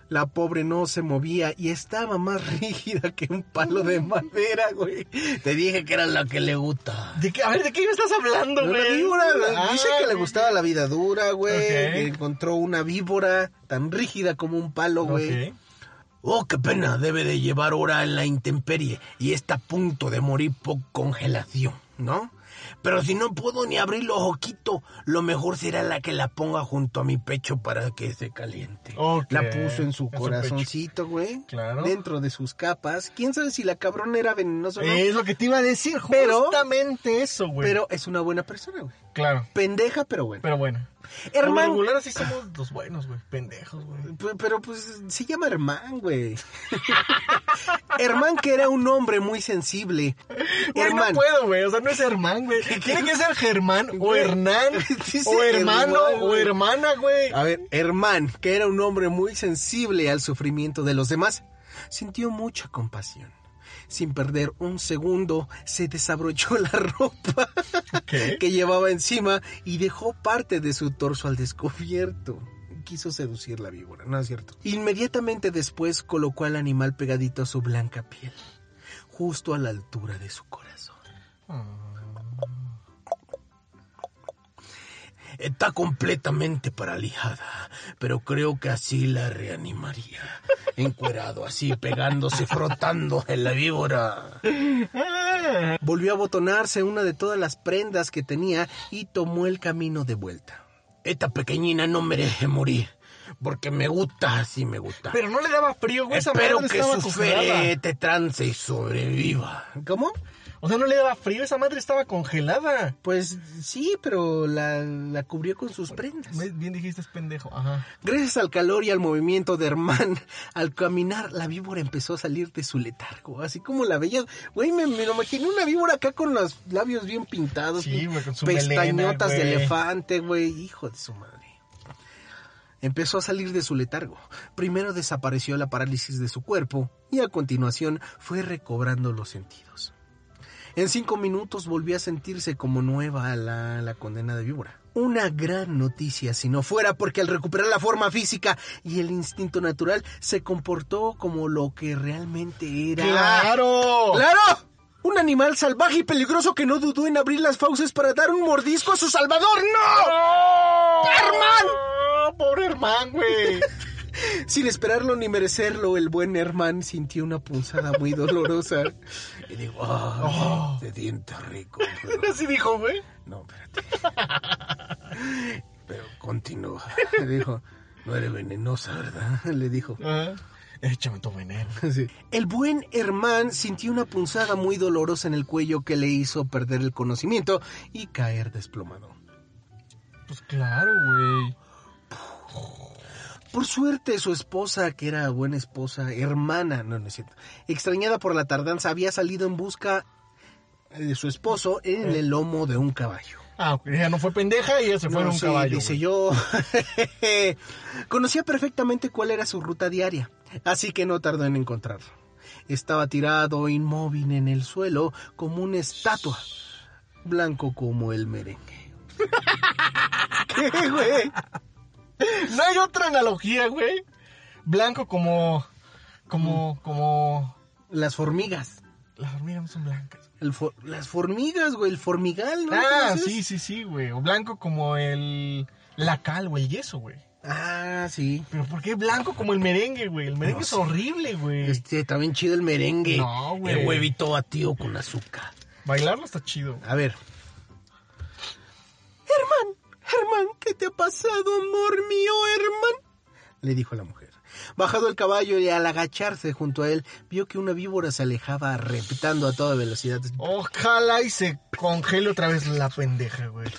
Speaker 4: La pobre no se movía y estaba más [laughs] rígida que un palo de madera, güey. Te dije que era la que le gusta.
Speaker 3: ¿De qué- a ver, ¿de qué me estás hablando,
Speaker 4: Una
Speaker 3: güey?
Speaker 4: víbora,
Speaker 3: Ah,
Speaker 4: dice que le
Speaker 3: ok.
Speaker 4: gustaba la vida dura, güey.
Speaker 3: Ok.
Speaker 4: que Encontró una víbora tan rígida como un palo,
Speaker 3: Ok.
Speaker 4: güey. Oh, qué pena, debe de llevar hora en la intemperie y está a punto de morir por congelación, ¿no? Pero si no puedo ni abrir los ojitos, lo mejor será la que la ponga junto a mi pecho para que se caliente.
Speaker 3: Ok,
Speaker 4: La puso en su
Speaker 3: en su
Speaker 4: corazoncito, güey.
Speaker 3: Claro.
Speaker 4: Dentro de sus capas. ¿Quién sabe si la cabrón era venenosa o no?
Speaker 3: Es lo que te iba a decir,
Speaker 4: Pero-
Speaker 3: justamente eso, Eh, güey.
Speaker 4: pero es una buena persona, güey.
Speaker 3: Claro,
Speaker 4: Pendeja, pero bueno.
Speaker 3: pero bueno. Por lo
Speaker 4: Hermano.
Speaker 3: regular así somos los buenos, güey. Pendejos, güey.
Speaker 4: P- Pero pues se llama Herman, güey. [laughs] Herman que era un hombre muy sensible.
Speaker 3: Güey, no
Speaker 4: Herman.
Speaker 3: puedo, güey. O sea, no es Germán, güey. Tiene que ser Germán o
Speaker 4: Güey.
Speaker 3: Hernán
Speaker 4: [laughs] Dice
Speaker 3: o hermano
Speaker 4: Germán,
Speaker 3: o
Speaker 4: güey. Ah,
Speaker 3: hermana, güey.
Speaker 4: A ver, Herman, que era un hombre muy sensible al sufrimiento de los demás, sintió mucha compasión. Sin perder un segundo, se desabrochó la [laughs] ropa
Speaker 3: Ok.
Speaker 4: que llevaba encima y dejó parte de su torso al descubierto. Quiso seducir la víbora, ¿no es cierto? Inmediatamente después colocó al animal pegadito a su blanca piel, justo a la altura de su corazón. Está completamente paralizada, pero creo que así la reanimaría. Encuerado así, pegándose, frotando en la víbora.
Speaker 3: Ah,
Speaker 4: Volvió a botonarse una de todas las prendas que tenía y tomó el camino de vuelta. Esta pequeñina no merece morir, porque me gusta así me gusta.
Speaker 3: Pero no le daba frío, güey. Esa madre estaba congelada.
Speaker 4: este trance y sobreviva. ¿Cómo?
Speaker 3: O sea, no le daba frío, esa madre estaba congelada.
Speaker 4: Pues sí, pero la, la cubrió con sus prendas.
Speaker 3: Me- Bien dijiste, es pendejo. Ajá.
Speaker 4: Gracias al calor y al movimiento de Herman, [laughs] al caminar, la víbora empezó a salir de su letargo. Así como la veía. Güey, me, me lo imaginé una víbora acá con los labios bien pintados.
Speaker 3: Sí, güey, con su melena,
Speaker 4: Pestañotas de
Speaker 3: güey.
Speaker 4: elefante, güey. Hijo de su madre. Empezó a salir de su letargo. Primero desapareció la parálisis de su cuerpo y a continuación fue recobrando los sentidos. En cinco minutos volvió a sentirse como nueva la, la condena de víbora. Una gran noticia si no fuera porque al recuperar la forma física y el instinto natural se comportó como lo que realmente era.
Speaker 3: ¡Claro!
Speaker 4: ¡Claro! Un animal salvaje y peligroso que no dudó en abrir las fauces para dar un mordisco a su salvador. ¡No!
Speaker 3: ¡Herman! ¡Pobre Herman, güey!
Speaker 4: Sin esperarlo ni merecerlo, el buen Herman sintió una punzada muy dolorosa. Y digo, ¡ah!
Speaker 3: Oh.
Speaker 4: te siento rico. pero
Speaker 3: [laughs] Así dijo, güey.
Speaker 4: No, espérate. Pero continúa. Le dijo, no eres venenosa, ¿verdad? Le dijo.
Speaker 3: Ajá. Échame tu veneno.
Speaker 4: El buen Herman sintió una punzada muy dolorosa en el cuello que le hizo perder el conocimiento y caer desplomado.
Speaker 3: Pues claro, güey.
Speaker 4: Por suerte, su esposa, que era buena esposa, hermana, no, no es cierto, extrañada por la tardanza, había salido en busca de su esposo en
Speaker 3: Eh.
Speaker 4: el lomo de un caballo.
Speaker 3: Ah, ok, ella no fue pendeja y ella se fue en
Speaker 4: No,
Speaker 3: un
Speaker 4: sí,
Speaker 3: caballo.
Speaker 4: Dice
Speaker 3: güey.
Speaker 4: yo. [laughs] Conocía perfectamente cuál era su ruta diaria, así que no tardó en encontrarlo. Estaba tirado inmóvil en el suelo como una estatua, blanco como
Speaker 3: [laughs]
Speaker 4: el merengue. ¿Qué, güey?
Speaker 3: No hay otra analogía, güey. Blanco como.
Speaker 4: Mm.
Speaker 3: Como. Como.
Speaker 4: Las formigas.
Speaker 3: Las hormigas no son blancas.
Speaker 4: El for- las formigas, güey, el formigal, ¿no?
Speaker 3: Ah,
Speaker 4: ¿Conoces?
Speaker 3: sí, sí, sí, güey. O blanco como el. La cal o el yeso, güey.
Speaker 4: Ah, sí.
Speaker 3: Pero ¿por qué blanco como el merengue, güey? El merengue
Speaker 4: No
Speaker 3: es
Speaker 4: sé.
Speaker 3: horrible, güey.
Speaker 4: Este, está bien chido el merengue.
Speaker 3: No, güey.
Speaker 4: El huevito batido con azúcar.
Speaker 3: Bailarlo está chido.
Speaker 4: A ver. Herman, Herman, ¿qué te ha pasado, amor mío, Herman? Le dijo la mujer. Bajado el caballo y al agacharse junto a él, vio que una víbora se alejaba reptando a toda velocidad.
Speaker 3: Ojalá y se congele otra vez la pendeja, güey.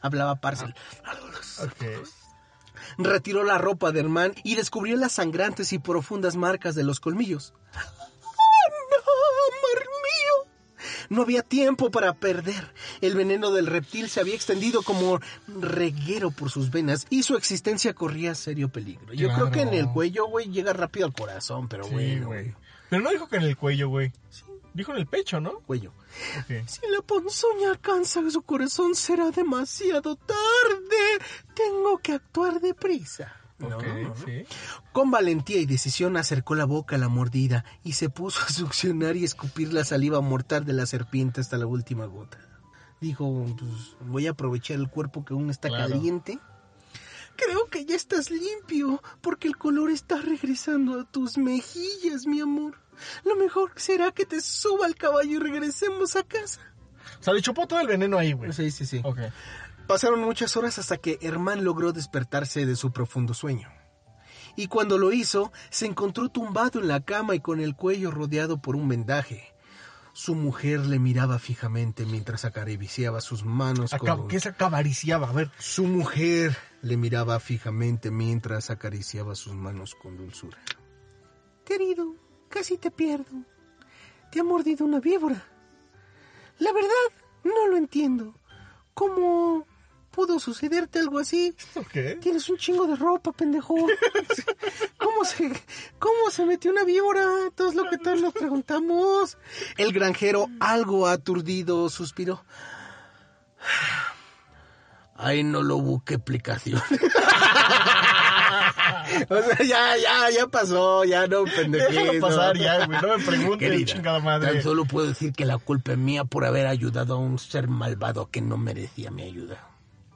Speaker 4: Hablaba Parcel.
Speaker 3: Ok.
Speaker 4: Retiró la ropa de Herman y descubrió las sangrantes y profundas marcas de los colmillos. ¡Ah, no, amor mío! No había tiempo para perder. El veneno del reptil se había extendido como reguero por sus venas y su existencia corría serio peligro. Yo creo que en el
Speaker 3: Claro.
Speaker 4: cuello, güey, llega rápido al corazón, pero
Speaker 3: Sí,
Speaker 4: bueno,
Speaker 3: güey. Pero no dijo que en el cuello, güey. Dijo en el pecho, ¿no?
Speaker 4: cuello.
Speaker 3: Ok.
Speaker 4: Si la ponzoña alcanza su corazón será demasiado tarde. Tengo que actuar deprisa.
Speaker 3: Ok,
Speaker 4: No.
Speaker 3: sí.
Speaker 4: Con valentía y decisión acercó la boca a la mordida y se puso a succionar y escupir la saliva mortal de la serpiente hasta la última gota. Dijo, pues voy a aprovechar el cuerpo que aún está
Speaker 3: Claro.
Speaker 4: caliente. Creo que ya estás limpio, porque el color está regresando a tus mejillas, mi amor. Lo mejor será que te suba al caballo y regresemos a casa.
Speaker 3: O sea, le chupó todo el veneno ahí, güey.
Speaker 4: Sí, sí, sí.
Speaker 3: Ok.
Speaker 4: Pasaron muchas horas hasta que Herman logró despertarse de su profundo sueño. Y cuando lo hizo, se encontró tumbado en la cama y con el cuello rodeado por un vendaje. Su mujer le miraba fijamente mientras acariciaba sus manos
Speaker 3: Acab-
Speaker 4: con...
Speaker 3: ¿Qué se acabariciaba? A ver.
Speaker 4: Su mujer le miraba fijamente mientras acariciaba sus manos con dulzura. Querido, casi te pierdo. Te ha mordido una víbora. La verdad, no lo entiendo. ¿Cómo pudo sucederte algo así?
Speaker 3: Ok.
Speaker 4: Tienes un chingo de ropa,
Speaker 3: [laughs]
Speaker 4: pendejo. ¿Cómo se, cómo se metió una víbora? Todo es lo que todos nos preguntamos. El granjero, algo aturdido, suspiró. Ay, no lo
Speaker 3: [laughs]
Speaker 4: busque explicación. o sea, ya, ya, ya pasó, ya no, pendejo.
Speaker 3: Déjalo pasar ya, güey. No me preguntes, chingada madre.
Speaker 4: Tan solo puedo decir que la culpa es mía por haber ayudado a un ser malvado que no merecía mi ayuda,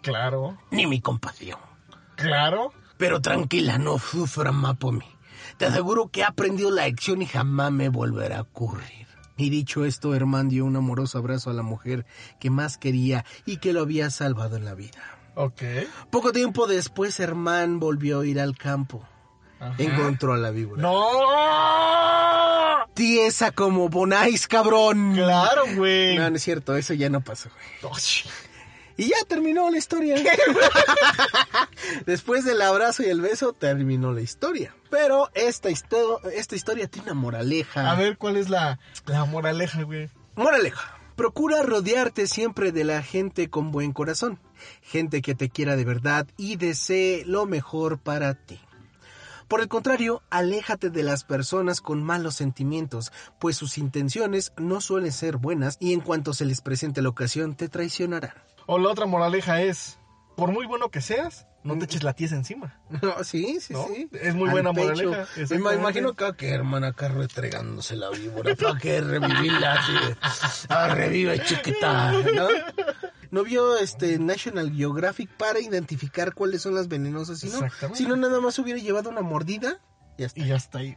Speaker 3: Claro,
Speaker 4: ni mi compasión.
Speaker 3: claro.
Speaker 4: Pero tranquila, no sufra más por mí. Te aseguro que he aprendido la lección y jamás me volverá a ocurrir. Y dicho esto, Herman dio un amoroso abrazo a la mujer que más quería y que lo había salvado en la vida.
Speaker 3: Ok.
Speaker 4: Poco tiempo después, Herman volvió a ir al campo.
Speaker 3: Ajá.
Speaker 4: Encontró a la víbora.
Speaker 3: ¡No!
Speaker 4: Tiesa como Bonais, cabrón.
Speaker 3: Claro, güey.
Speaker 4: No, no es cierto, eso ya no pasó. güey.
Speaker 3: Osh.
Speaker 4: Y ya terminó la historia. [laughs] Después del abrazo y el beso, terminó la historia. Pero esta, histo- esta historia tiene una moraleja.
Speaker 3: A ver, ¿cuál es la, la moraleja, güey?
Speaker 4: Moraleja. Procura rodearte siempre de la gente con buen corazón, gente que te quiera de verdad y desee lo mejor para ti. Por el contrario, aléjate de las personas con malos sentimientos, pues sus intenciones no suelen ser buenas y en cuanto se les presente la ocasión te traicionarán.
Speaker 3: O la otra moraleja es, por muy bueno que seas, no te eches la tiesa encima.
Speaker 4: No, [laughs] sí, sí,
Speaker 3: ¿No?
Speaker 4: sí.
Speaker 3: Es muy buena moraleja,
Speaker 4: Me
Speaker 3: exactamente.
Speaker 4: imagino que, que hermana Carro entregándose la víbora para que revivirla así de, "Ah, revive chiquita, ¿no? No vio este National Geographic para identificar cuáles son las venenosas, sino,
Speaker 3: Exactamente.
Speaker 4: sino nada más hubiera llevado una mordida y ya está.
Speaker 3: Y ya está ahí.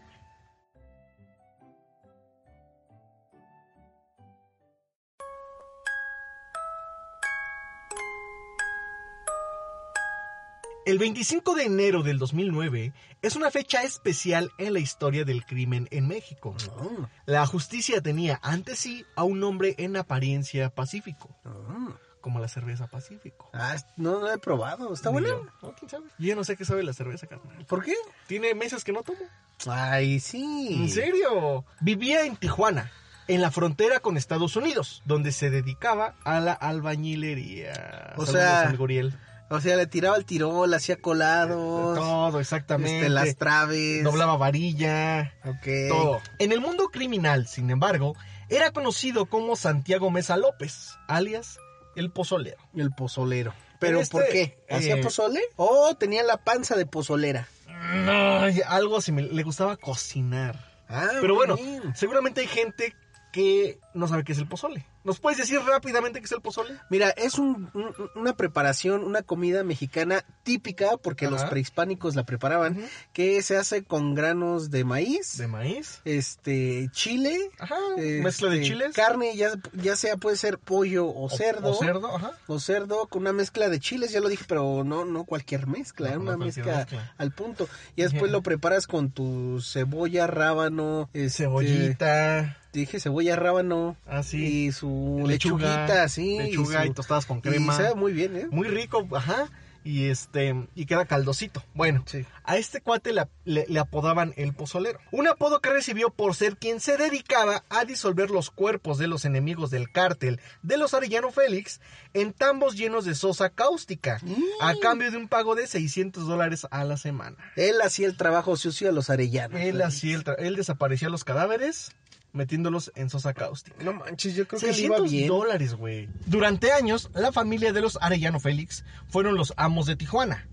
Speaker 3: El 25 de enero del 2009 es una fecha especial en la historia del crimen en México.
Speaker 4: Oh,
Speaker 3: La justicia tenía ante sí a un hombre en apariencia pacífico,
Speaker 4: oh.
Speaker 3: como la cerveza pacífico.
Speaker 4: Ah, no lo he probado, está
Speaker 3: Ni
Speaker 4: buena.
Speaker 3: yo. No, Oh, quién sabe. Yo ya no sé qué sabe la cerveza, carnal.
Speaker 4: ¿Por qué?
Speaker 3: Tiene meses que no tomo.
Speaker 4: Ay, sí.
Speaker 3: ¿En serio? Vivía en Tijuana, en la frontera con Estados Unidos, donde se dedicaba a la albañilería.
Speaker 4: O
Speaker 3: Saludos
Speaker 4: sea,
Speaker 3: al Guriel.
Speaker 4: O sea, le tiraba el tirol, hacía colados,
Speaker 3: todo, exactamente.
Speaker 4: este, las Eh, traves.
Speaker 3: Doblaba varilla.
Speaker 4: Ok.
Speaker 3: Todo. En el mundo criminal, sin embargo, era conocido como Santiago Mesa López, alias el pozolero.
Speaker 4: El pozolero. ¿Pero
Speaker 3: Este,
Speaker 4: por qué? ¿Hacía
Speaker 3: eh,
Speaker 4: pozole? ¿O tenía la panza de pozolera?
Speaker 3: Ay, algo similar. Le gustaba cocinar.
Speaker 4: Ah,
Speaker 3: Pero
Speaker 4: muy
Speaker 3: bueno,
Speaker 4: bien.
Speaker 3: seguramente hay gente que no sabe qué es el pozole. ¿Nos puedes decir rápidamente qué es el pozole?
Speaker 4: Mira, es un- un- una preparación, una comida mexicana típica, porque los
Speaker 3: Ajá.
Speaker 4: prehispánicos la preparaban, que se hace con granos de maíz,
Speaker 3: De maíz.
Speaker 4: este, chile,
Speaker 3: Ajá.
Speaker 4: este,
Speaker 3: mezcla de chiles.
Speaker 4: Carne, ya, ya sea, puede ser pollo o, cerdo.
Speaker 3: O cerdo, ajá.
Speaker 4: o cerdo con una mezcla de chiles, ya lo dije, pero no, no cualquier mezcla,
Speaker 3: No,
Speaker 4: era
Speaker 3: no
Speaker 4: una
Speaker 3: cualquier
Speaker 4: mezcla,
Speaker 3: mezcla.
Speaker 4: al punto. Y después
Speaker 3: Ujú.
Speaker 4: lo preparas con tu cebolla, rábano, este,
Speaker 3: Cebollita.
Speaker 4: Dije cebolla, rábano.
Speaker 3: Así.
Speaker 4: Y su lechuguita, así.
Speaker 3: Lechuga y,
Speaker 4: su-
Speaker 3: tostadas con
Speaker 4: y
Speaker 3: crema.
Speaker 4: sabe muy bien, ¿eh?
Speaker 3: Muy rico, ajá. Y este, y queda caldosito. Bueno,
Speaker 4: Sí.
Speaker 3: a este cuate la- le, le apodaban el pozolero. Un apodo que recibió por ser quien se dedicaba a disolver los cuerpos de los enemigos del cártel de los Arellano Félix en tambos llenos de sosa cáustica, a cambio de un pago de 600 dólares a la semana.
Speaker 4: Él hacía el trabajo sucio a los arellanos.
Speaker 3: Él, hacía el tra- él desaparecía los cadáveres metiéndolos en sosa cáustica.
Speaker 4: No manches, yo creo que le iba
Speaker 3: 600
Speaker 4: bien.
Speaker 3: dólares, güey. Durante años, la familia de los Arellano Félix fueron los amos de Tijuana.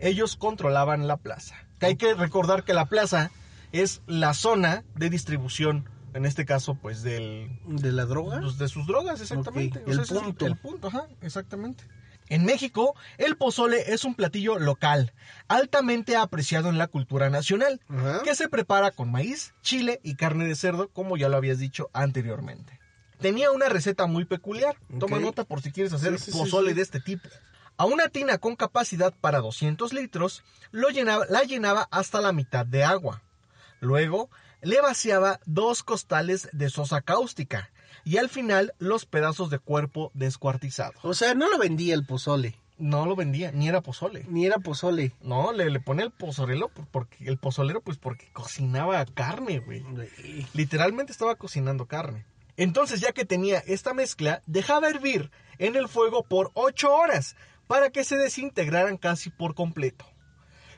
Speaker 3: Ellos controlaban la plaza. Que hay que recordar que la plaza es la zona de distribución, en este caso, pues, del,
Speaker 4: ¿De la droga?
Speaker 3: pues, de sus drogas, exactamente.
Speaker 4: Ok,
Speaker 3: O sea,
Speaker 4: el
Speaker 3: ese es
Speaker 4: punto.
Speaker 3: el punto, ajá, exactamente. En México, el pozole es un platillo local, altamente apreciado en la cultura nacional,
Speaker 4: Ajá.
Speaker 3: que se prepara con maíz, chile y carne de cerdo, como ya lo habías dicho anteriormente. Tenía una receta muy peculiar. Toma
Speaker 4: Ok.
Speaker 3: nota por si quieres hacer
Speaker 4: Sí, sí, sí,
Speaker 3: pozole
Speaker 4: sí.
Speaker 3: de este tipo. A una tina con capacidad para 200 litros, lo llenaba- la llenaba hasta la mitad de agua. Luego, le vaciaba dos costales de sosa cáustica y al final los pedazos de cuerpo descuartizado.
Speaker 4: O sea, no lo vendía el pozole,
Speaker 3: No lo vendía, ni era pozole.
Speaker 4: ni era pozole.
Speaker 3: No, le, le pone el pozolero, por- porque, el pozolero pues porque cocinaba carne, güey. Literalmente estaba cocinando carne. Entonces, ya que tenía esta mezcla, dejaba hervir en el fuego por 8 horas para que se desintegraran casi por completo.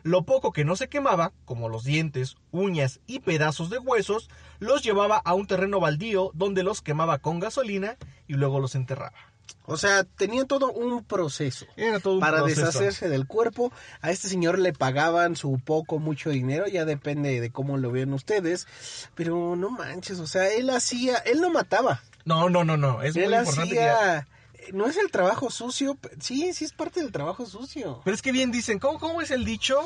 Speaker 3: Lo poco que no se quemaba, como los dientes, uñas y pedazos de huesos, los llevaba a un terreno baldío donde los quemaba con gasolina y luego los enterraba.
Speaker 4: O sea, tenía todo un proceso.
Speaker 3: Era todo un
Speaker 4: para
Speaker 3: proceso.
Speaker 4: deshacerse del cuerpo. A este señor le pagaban su poco, mucho dinero, ya depende de cómo lo vean ustedes. Pero no manches, o sea, él hacía, él no mataba,
Speaker 3: No, no, no, no. Es
Speaker 4: él
Speaker 3: muy importante. que ya-
Speaker 4: hacía... No es el trabajo sucio, pe- sí, sí es parte del trabajo sucio.
Speaker 3: Pero es que bien dicen, ¿cómo, cómo es el dicho?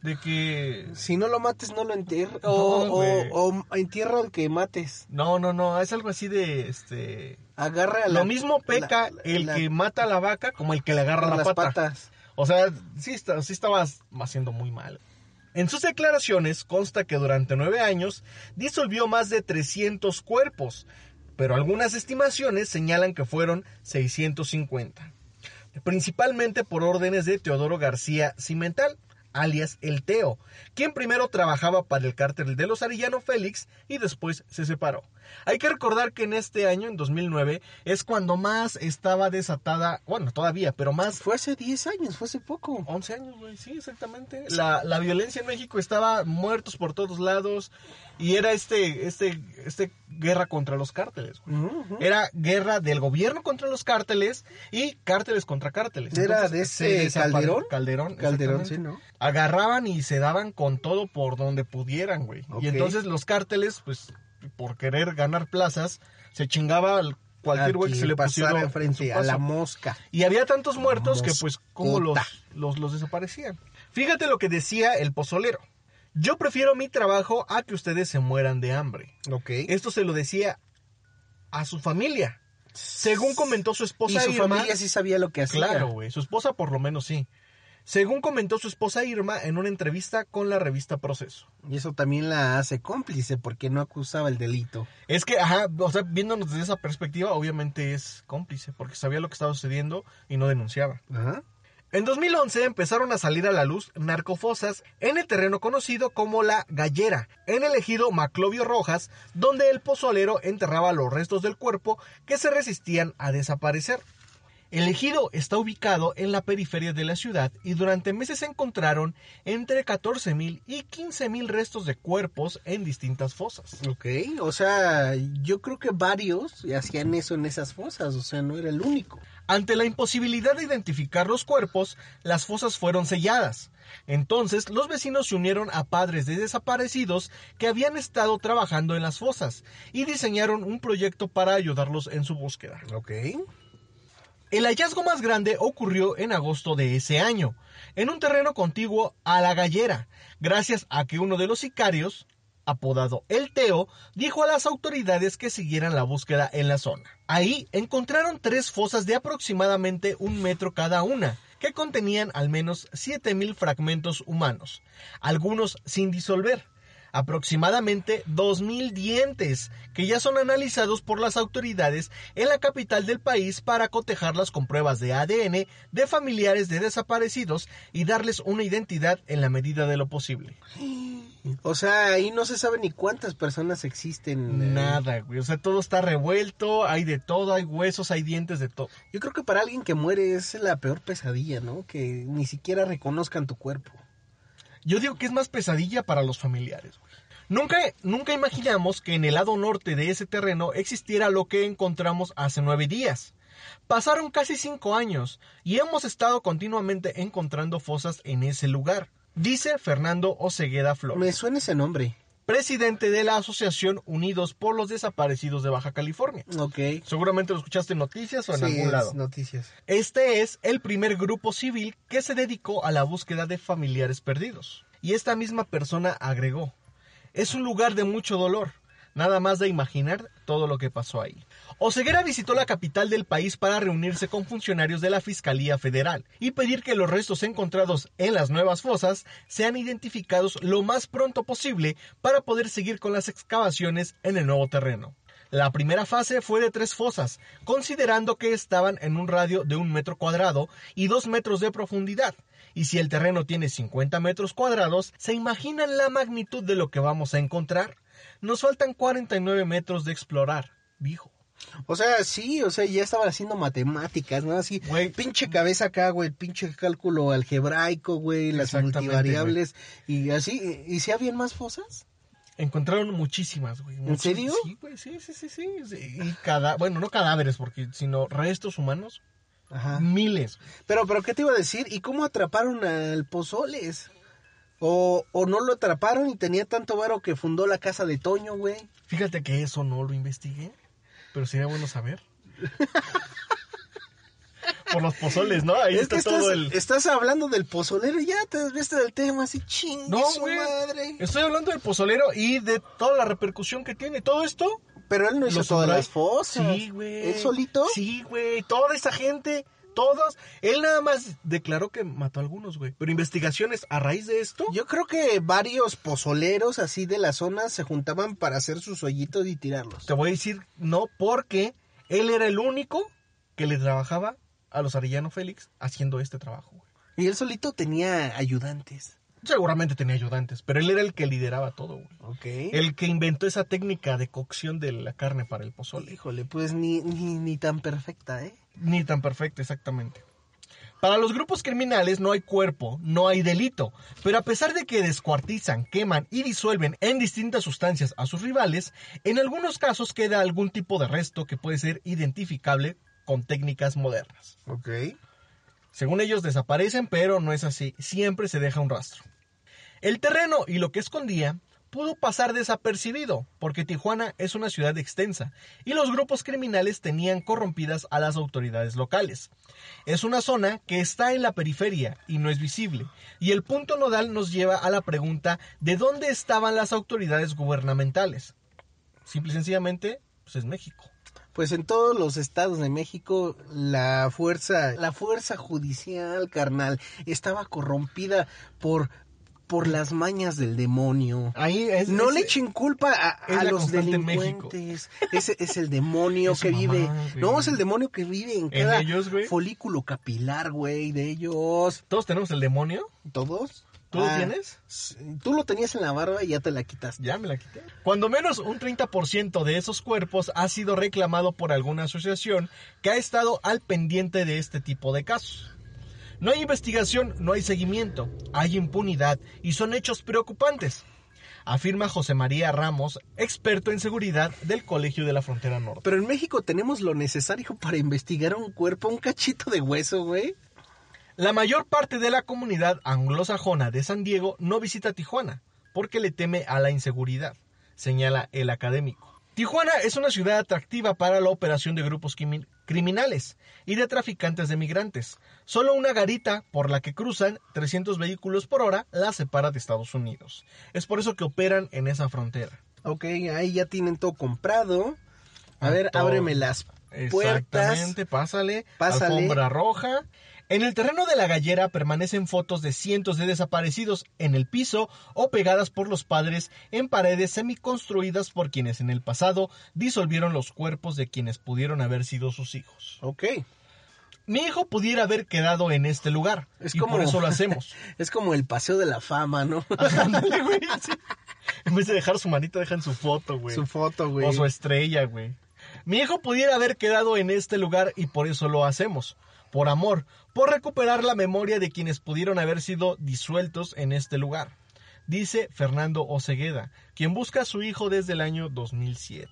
Speaker 3: de que...
Speaker 4: Si no lo mates, no lo entierres.
Speaker 3: No,
Speaker 4: o,
Speaker 3: güey.
Speaker 4: o, o entierra al que mates.
Speaker 3: No, no, no, es algo así de, este...
Speaker 4: Agarra a la.
Speaker 3: Lo mismo peca
Speaker 4: la-
Speaker 3: el
Speaker 4: la-
Speaker 3: que mata a la vaca como el que le agarra la
Speaker 4: las
Speaker 3: pata.
Speaker 4: patas.
Speaker 3: O sea, sí, está- sí estabas haciendo muy mal. En sus declaraciones consta que durante nueve años disolvió más de 300 cuerpos, pero algunas estimaciones señalan que fueron 650. Principalmente por órdenes de Teodoro García Cimental, alias El Teo, quien primero trabajaba para el cártel de los Arellano Félix y después se separó. Hay que recordar que en este año, en 2009, es cuando más estaba desatada, bueno, todavía, pero más
Speaker 4: Fue hace 10 años, fue hace poco.
Speaker 3: 11 años, güey, sí, exactamente. La, la violencia en México estaba muertos por todos lados y era este, este, este guerra contra los cárteles, güey.
Speaker 4: Ujú.
Speaker 3: Era guerra del gobierno contra los cárteles y cárteles contra cárteles.
Speaker 4: Era
Speaker 3: Entonces,
Speaker 4: de
Speaker 3: se
Speaker 4: ese
Speaker 3: desapare-
Speaker 4: Calderón.
Speaker 3: Calderón,
Speaker 4: Calderón, sí,
Speaker 3: exactamente.
Speaker 4: ¿no?
Speaker 3: Agarraban y se daban con todo por donde pudieran, güey.
Speaker 4: Ok.
Speaker 3: Y entonces los cárteles, pues, por querer ganar plazas, se chingaba al- cualquier
Speaker 4: Al
Speaker 3: güey que
Speaker 4: que
Speaker 3: se le
Speaker 4: pasara
Speaker 3: pusiera en
Speaker 4: enfrente
Speaker 3: su
Speaker 4: a la
Speaker 3: paso.
Speaker 4: mosca.
Speaker 3: Y había tantos muertos que pues como los,
Speaker 4: Moscota.
Speaker 3: los, los desaparecían. Fíjate lo que decía el pozolero. Yo prefiero mi trabajo a que ustedes se mueran de hambre.
Speaker 4: Ok.
Speaker 3: Esto se lo decía a su familia. Según comentó su
Speaker 4: y
Speaker 3: esposa
Speaker 4: su
Speaker 3: Irma.
Speaker 4: familia sí sabía lo que hacía.
Speaker 3: Claro, güey. Su esposa por lo menos sí. Según comentó su esposa Irma en una entrevista con la revista Proceso.
Speaker 4: Y eso también la hace cómplice porque no acusaba el delito.
Speaker 3: Es que, ajá, o sea, viéndonos desde esa perspectiva, obviamente es cómplice, porque sabía lo que estaba sucediendo y no denunciaba.
Speaker 4: Ajá.
Speaker 3: En 2011 empezaron a salir a la luz narcofosas en el terreno conocido como la Gallera, en el ejido Maclovio Rojas, donde el pozolero enterraba los restos del cuerpo que se resistían a desaparecer. El ejido está ubicado en la periferia de la ciudad y durante meses se encontraron entre 14.000 y 15.000 restos de cuerpos en distintas fosas.
Speaker 4: Ok, o sea, yo creo que varios hacían eso en esas fosas, o sea, no era el único.
Speaker 3: Ante la imposibilidad de identificar los cuerpos, las fosas fueron selladas. Entonces, los vecinos se unieron a padres de desaparecidos que habían estado trabajando en las fosas y diseñaron un proyecto para ayudarlos en su búsqueda.
Speaker 4: Ok.
Speaker 3: El hallazgo más grande ocurrió en agosto de ese año, en un terreno contiguo a la gallera, gracias a que uno de los sicarios, apodado El Teo, dijo a las autoridades que siguieran la búsqueda en la zona. Ahí encontraron tres fosas de aproximadamente un metro cada una, que contenían al menos 7.000 fragmentos humanos, algunos sin disolver aproximadamente 2.000 dientes que ya son analizados por las autoridades en la capital del país para cotejarlas con pruebas de ADN de familiares de desaparecidos y darles una identidad en la medida de lo posible.
Speaker 4: O sea, ahí no se sabe ni cuántas personas existen. eh.
Speaker 3: Nada, güey. O sea, todo está revuelto, hay de todo, hay huesos, hay dientes de todo.
Speaker 4: Yo creo que para alguien que muere es la peor pesadilla, ¿no? Que ni siquiera reconozcan tu cuerpo.
Speaker 3: Yo digo que es más pesadilla para los familiares. güey. Nunca, nunca imaginamos que en el lado norte de ese terreno existiera lo que encontramos hace nueve días. Pasaron casi cinco años y hemos estado continuamente encontrando fosas en ese lugar, dice Fernando Ocegueda
Speaker 4: Me
Speaker 3: Flores,
Speaker 4: suena ese nombre.
Speaker 3: presidente de la Asociación Unidos por los Desaparecidos de Baja California.
Speaker 4: Ok.
Speaker 3: Seguramente lo escuchaste en noticias o en
Speaker 4: Sí,
Speaker 3: algún
Speaker 4: es
Speaker 3: lado.
Speaker 4: Noticias.
Speaker 3: Este es el primer grupo civil que se dedicó a la búsqueda de familiares perdidos. Y esta misma persona agregó, es un lugar de mucho dolor, nada más de imaginar todo lo que pasó ahí. Oseguera visitó la capital del país para reunirse con funcionarios de la Fiscalía Federal y pedir que los restos encontrados en las nuevas fosas sean identificados lo más pronto posible para poder seguir con las excavaciones en el nuevo terreno. La primera fase fue de tres fosas, considerando que estaban en un radio de un metro cuadrado y dos metros de profundidad. Y si el terreno tiene 50 metros cuadrados, ¿se imaginan la magnitud de lo que vamos a encontrar? Nos faltan 49 metros de explorar, dijo.
Speaker 4: O sea, sí, o sea, ya estaban haciendo matemáticas, ¿no? Así,
Speaker 3: Güey.
Speaker 4: pinche cabeza acá, güey, pinche cálculo algebraico, güey, las
Speaker 3: Exactamente,
Speaker 4: multivariables y así. ¿Y si habían más fosas?
Speaker 3: Encontraron muchísimas, güey. muchísimas.
Speaker 4: serio?
Speaker 3: Sí, güey, sí, sí, sí, sí. sí. Y cada, bueno, no cadáveres, porque, sino restos humanos,
Speaker 4: Ajá.
Speaker 3: Mm. miles.
Speaker 4: Pero, pero, ¿qué te iba a decir? ¿Y cómo atraparon al Pozoles? O, o no lo atraparon y tenía tanto varo que fundó la casa de Toño, güey.
Speaker 3: Fíjate que eso no lo investigué, pero sería bueno saber. por los pozoles, ¿no? Ahí
Speaker 4: Es
Speaker 3: está
Speaker 4: que
Speaker 3: todo
Speaker 4: estás,
Speaker 3: el.
Speaker 4: estás hablando del pozolero y ya te desviste del tema así chingue
Speaker 3: No,
Speaker 4: su
Speaker 3: güey.
Speaker 4: madre.
Speaker 3: Estoy hablando del pozolero y de toda la repercusión que tiene. Todo esto.
Speaker 4: Pero él no hizo
Speaker 3: los
Speaker 4: Pues todas
Speaker 3: samuráis-
Speaker 4: las fosas.
Speaker 3: Sí, güey.
Speaker 4: ¿Él solito?
Speaker 3: Sí, güey. Toda esa gente. Todos. Él nada más declaró que mató a algunos, güey. Pero investigaciones a raíz de esto.
Speaker 4: Yo creo que varios pozoleros así de la zona se juntaban para hacer sus hoyitos y tirarlos.
Speaker 3: Te voy a decir no, porque él era el único que le trabajaba a los Arellano Félix haciendo este trabajo, güey.
Speaker 4: Y él solito tenía ayudantes.
Speaker 3: Seguramente tenía ayudantes, pero él era el que lideraba todo, güey.
Speaker 4: Ok.
Speaker 3: El que inventó esa técnica de cocción de la carne para el pozole.
Speaker 4: Híjole, pues ni, ni, ni tan perfecta, ¿eh?
Speaker 3: Ni tan perfecta, exactamente. Para los grupos criminales no hay cuerpo, no hay delito, pero a pesar de que descuartizan, queman y disuelven en distintas sustancias a sus rivales, en algunos casos queda algún tipo de resto que puede ser identificable con técnicas modernas.
Speaker 4: Ok.
Speaker 3: Según ellos desaparecen, pero no es así, siempre se deja un rastro. El terreno y lo que escondía pudo pasar desapercibido, porque Tijuana es una ciudad extensa y los grupos criminales tenían corrompidas a las autoridades locales. Es una zona que está en la periferia y no es visible, y el punto nodal nos lleva a la pregunta de dónde estaban las autoridades gubernamentales. Simple y sencillamente, pues es México.
Speaker 4: Pues en todos los estados de México la fuerza, la fuerza judicial, carnal, estaba corrompida por, por las mañas del demonio.
Speaker 3: Ahí es,
Speaker 4: No
Speaker 3: es-
Speaker 4: le echen culpa a,
Speaker 3: es
Speaker 4: a
Speaker 3: la
Speaker 4: los
Speaker 3: constante en México.
Speaker 4: delincuentes. Ese es el
Speaker 3: [laughs]
Speaker 4: demonio
Speaker 3: Es su
Speaker 4: que vive.
Speaker 3: mamá, güey.
Speaker 4: No, es el demonio que vive en cada
Speaker 3: ellos, güey?
Speaker 4: folículo capilar, güey, de ellos.
Speaker 3: todos tenemos el demonio.
Speaker 4: ¿Todos?
Speaker 3: ¿Tú lo
Speaker 4: Ah,
Speaker 3: tienes?
Speaker 4: sí, Tú lo tenías en la barba y ya te la quitaste.
Speaker 3: Ya me la quité. Cuando menos un 30% de esos cuerpos ha sido reclamado por alguna asociación que ha estado al pendiente de este tipo de casos. No hay investigación, no hay seguimiento, hay impunidad y son hechos preocupantes, afirma José María Ramos, experto en seguridad del Colegio de la Frontera Norte.
Speaker 4: Pero en México tenemos lo necesario para investigar un cuerpo, un cachito de hueso, güey.
Speaker 3: La mayor parte de la comunidad anglosajona de San Diego no visita Tijuana porque le teme a la inseguridad, señala el académico. Tijuana es una ciudad atractiva para la operación de grupos quimi- criminales y de traficantes de migrantes. Solo una garita por la que cruzan 300 vehículos por hora la separa de Estados Unidos. Es por eso que operan en esa frontera.
Speaker 4: Ok, ahí ya tienen todo comprado. A
Speaker 3: Ah,
Speaker 4: ver,
Speaker 3: todo.
Speaker 4: ábreme las puertas.
Speaker 3: Exactamente, pásale,
Speaker 4: Pásale.
Speaker 3: alfombra roja. En el terreno de la gallera permanecen fotos de cientos de desaparecidos en el piso o pegadas por los padres en paredes semiconstruidas por quienes en el pasado disolvieron los cuerpos de quienes pudieron haber sido sus hijos.
Speaker 4: Ok,
Speaker 3: Mi hijo pudiera haber quedado en este lugar
Speaker 4: Es
Speaker 3: y
Speaker 4: como-
Speaker 3: por eso lo
Speaker 4: [laughs]
Speaker 3: hacemos.
Speaker 4: es como el paseo de la
Speaker 3: [laughs]
Speaker 4: fama, ¿no?
Speaker 3: Ándale, güey, sí. En vez de dejar su manita, dejan su foto, güey.
Speaker 4: Su foto, güey.
Speaker 3: O su estrella, güey. Mi hijo pudiera haber quedado en este lugar y por eso lo hacemos. Por amor, por recuperar la memoria de quienes pudieron haber sido disueltos en este lugar. Dice Fernando Ocegueda, quien busca a su hijo desde el año 2007.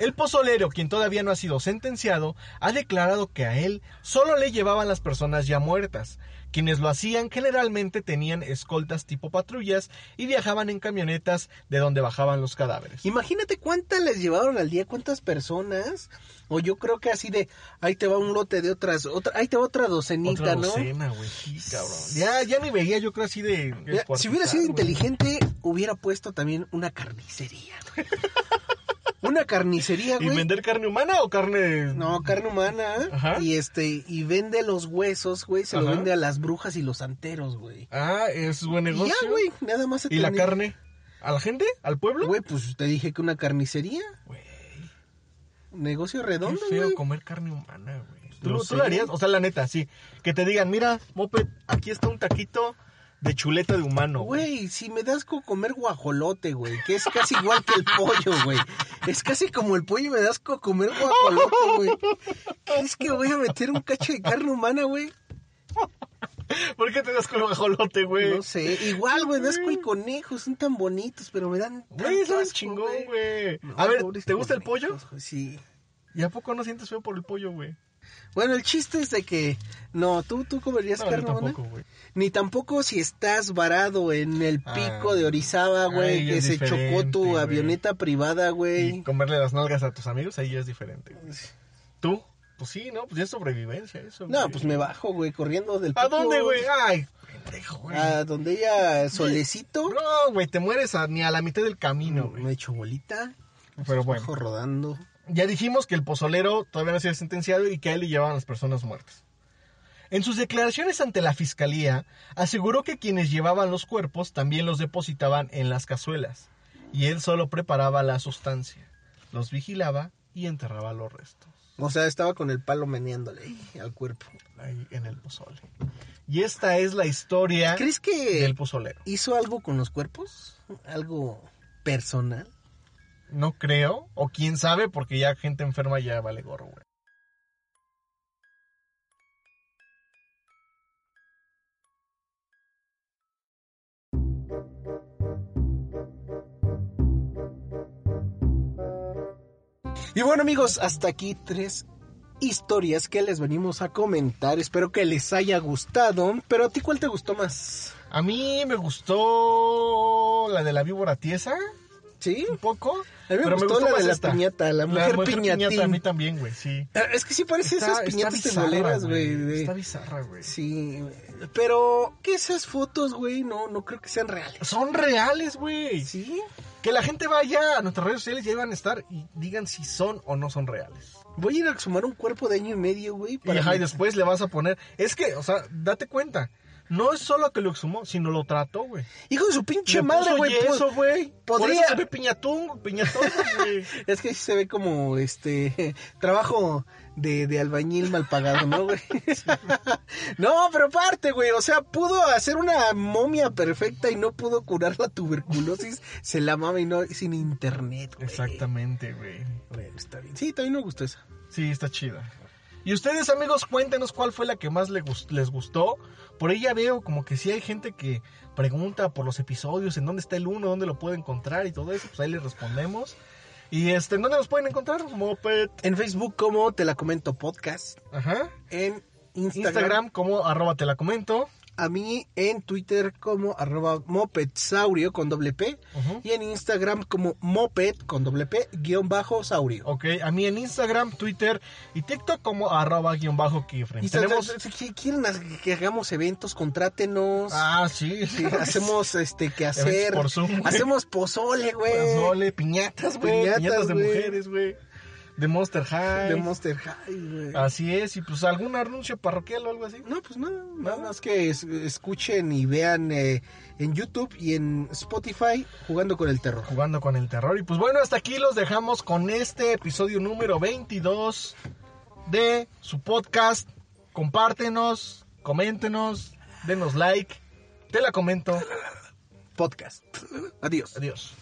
Speaker 3: El pozolero, quien todavía no ha sido sentenciado, ha declarado que a él solo le llevaban las personas ya muertas. Quienes lo hacían generalmente tenían escoltas tipo patrullas y viajaban en camionetas de donde bajaban los cadáveres.
Speaker 4: Imagínate cuántas les llevaron al día, cuántas personas. O yo creo que así de, ahí te va un lote de otras, otra, ahí te va otra docenita,
Speaker 3: Otra
Speaker 4: ¿no?
Speaker 3: docena, güey. Sí, cabrón. Ya, ya ni veía, yo creo así de. de
Speaker 4: Mira, si
Speaker 3: cuartizar,
Speaker 4: hubiera sido
Speaker 3: güey.
Speaker 4: inteligente, hubiera puesto también una carnicería. güey. una carnicería,
Speaker 3: [laughs] ¿Y
Speaker 4: güey.
Speaker 3: vender carne humana o carne.?
Speaker 4: No, carne humana. ¿eh?
Speaker 3: Ajá.
Speaker 4: Y este, y vende los huesos, güey, se lo
Speaker 3: Ajá.
Speaker 4: vende a las brujas y los santeros, güey.
Speaker 3: Ah, es buen
Speaker 4: Y
Speaker 3: negocio.
Speaker 4: ya, güey, nada más. se
Speaker 3: ¿Y la
Speaker 4: termina.
Speaker 3: carne? ¿A la gente? ¿Al pueblo?
Speaker 4: Güey, pues te dije que una carnicería,
Speaker 3: Güey,
Speaker 4: negocio
Speaker 3: Qué
Speaker 4: redondo,
Speaker 3: feo
Speaker 4: güey.
Speaker 3: comer carne humana, güey. ¿Tú,
Speaker 4: Lo
Speaker 3: lo-
Speaker 4: sé.
Speaker 3: tú lo harías? O sea, la neta, sí. Que te digan, mira, Moped, aquí está un taquito de chuleta de humano.
Speaker 4: Güey, si me das con comer guajolote, güey, que es casi igual que el pollo, güey. Es casi como el pollo y me das con comer guajolote, güey. ¿Crees que voy a meter un cacho de carne humana, güey?
Speaker 3: ¿Por qué te das con el guajolote, güey?
Speaker 4: No sé, igual, güey, das con conejos, son tan bonitos, pero me dan
Speaker 3: Güey,
Speaker 4: tanto
Speaker 3: sabes
Speaker 4: asco,
Speaker 3: chingón, güey.
Speaker 4: No,
Speaker 3: A ver,
Speaker 4: pobres
Speaker 3: ¿te gusta el pollo?
Speaker 4: conejos, güey, Sí.
Speaker 3: ¿Y a poco no sientes feo por el pollo, güey?
Speaker 4: Bueno, el chiste es de que no, tú tú comerías
Speaker 3: No, yo
Speaker 4: carne humana.
Speaker 3: tampoco, güey.
Speaker 4: Ni tampoco si estás varado en el
Speaker 3: Ah.
Speaker 4: pico de Orizaba, güey,
Speaker 3: Ahí
Speaker 4: que
Speaker 3: es
Speaker 4: se chocó tu
Speaker 3: diferente, güey.
Speaker 4: avioneta privada,
Speaker 3: Y
Speaker 4: güey.
Speaker 3: comerle las nalgas a tus amigos, ahí ya es diferente. güey. ¿Tú? Pues sí, ¿no? Pues ya es sobrevivencia eso.
Speaker 4: No,
Speaker 3: güey.
Speaker 4: pues me bajo, güey, corriendo del
Speaker 3: ¿A
Speaker 4: pico.
Speaker 3: dónde, güey? Ay, pendejo, güey.
Speaker 4: A donde ella solecito.
Speaker 3: No, güey, te mueres a- ni a la mitad del camino, güey.
Speaker 4: me he hecho bolita.
Speaker 3: Pero bueno.
Speaker 4: Bajo rodando.
Speaker 3: Ya dijimos que el pozolero todavía no ha sido sentenciado y que a él le llevaban las personas muertas. En sus declaraciones ante la fiscalía, aseguró que quienes llevaban los cuerpos también los depositaban en las cazuelas, y él solo preparaba la sustancia, los vigilaba y enterraba los restos
Speaker 4: O sea, estaba con el palo meneándole ahí al cuerpo.
Speaker 3: ahí en el pozole. Y esta es la historia
Speaker 4: ¿Crees que
Speaker 3: del pozolero.
Speaker 4: hizo algo con los cuerpos? ¿Algo personal?
Speaker 3: No creo, o quién sabe, porque ya gente enferma ya vale gorro, güey.
Speaker 4: Y bueno amigos, hasta aquí tres historias que les venimos a comentar. Espero que les haya gustado. Pero a ti cuál te gustó más?
Speaker 3: A mí me gustó la de la víbora tiesa,
Speaker 4: ¿Sí?
Speaker 3: un poco.
Speaker 4: A mí me
Speaker 3: pero
Speaker 4: gustó la
Speaker 3: más
Speaker 4: de la
Speaker 3: esta.
Speaker 4: piñata, la mujer
Speaker 3: piñata,
Speaker 4: piñatín.
Speaker 3: a mí también, güey, sí.
Speaker 4: Ah, Es que sí parece
Speaker 3: Está-
Speaker 4: esas
Speaker 3: está
Speaker 4: piñatas
Speaker 3: bizarra,
Speaker 4: temboleras, güey. de-
Speaker 3: Está bizarra, güey.
Speaker 4: Sí, güey. pero que esas fotos, güey, no, no creo que sean reales.
Speaker 3: Son reales, güey.
Speaker 4: ¿Sí?
Speaker 3: Que la gente vaya a nuestras redes sociales, ya van a estar y digan si son o no son reales.
Speaker 4: Voy a ir a exhumar un cuerpo de año y medio, güey.
Speaker 3: Y,
Speaker 4: para
Speaker 3: ajá, y
Speaker 4: mi-
Speaker 3: después le vas a poner. Es que, o sea, date cuenta. No es solo que lo exhumó, sino lo trató, güey.
Speaker 4: Hijo de su pinche
Speaker 3: Le
Speaker 4: madre,
Speaker 3: puso
Speaker 4: güey. pues-
Speaker 3: yeso, güey. Por
Speaker 4: podría-
Speaker 3: eso se ve piñatón, piñatón, güey. [laughs]
Speaker 4: Es que sí se ve como este [laughs] trabajo de, de albañil mal pagado, ¿no, güey? [laughs] no, pero aparte, güey, o sea, pudo hacer una momia perfecta y no pudo curar la tuberculosis, se la mama y no sin internet, güey.
Speaker 3: Exactamente, güey.
Speaker 4: Bueno, está bien. Sí, también me gustó esa.
Speaker 3: Sí, está chida. Y ustedes, amigos, cuéntenos cuál fue la que más le gus- les gustó. Por ahí ya veo como que sí hay gente que pregunta por los episodios, en dónde está el uno, dónde lo puede encontrar y todo eso. Pues ahí les respondemos. Y este, ¿en dónde nos pueden encontrar? Moped.
Speaker 4: En Facebook como Te la comento podcast,
Speaker 3: Ajá.
Speaker 4: en
Speaker 3: Instagram,
Speaker 4: Instagram,
Speaker 3: como arroba te la comento.
Speaker 4: a mí en Twitter como arroba mopedsaurio con doble P
Speaker 3: Ujú.
Speaker 4: y en Instagram como moped con doble P guión bajo saurio.
Speaker 3: Ok, a mí en Instagram, Twitter y TikTok como arroba guión bajo keyframe.
Speaker 4: Y
Speaker 3: Tenemos...
Speaker 4: si- si quieren haz- que hagamos eventos, contrátenos.
Speaker 3: Ah, sí.
Speaker 4: Sí, hacemos este que hacer.
Speaker 3: [laughs] Eventos por Zoom, güey.
Speaker 4: hacemos pozole, güey.
Speaker 3: [laughs] Pozole, piñatas, güey. Piñatas,
Speaker 4: Piñatas,
Speaker 3: de
Speaker 4: güey.
Speaker 3: mujeres, güey. De Monster High.
Speaker 4: De Monster High, güey.
Speaker 3: Así es, y pues algún anuncio parroquial o algo así.
Speaker 4: No, pues nada, nada más que es- escuchen y vean eh, en YouTube y en Spotify jugando con el terror.
Speaker 3: Jugando con el terror. Y pues bueno, hasta aquí los dejamos con este episodio número 22 de su podcast. Compártenos, coméntenos, denos like. Te la comento.
Speaker 4: [laughs] Podcast. Adiós.
Speaker 3: Adiós.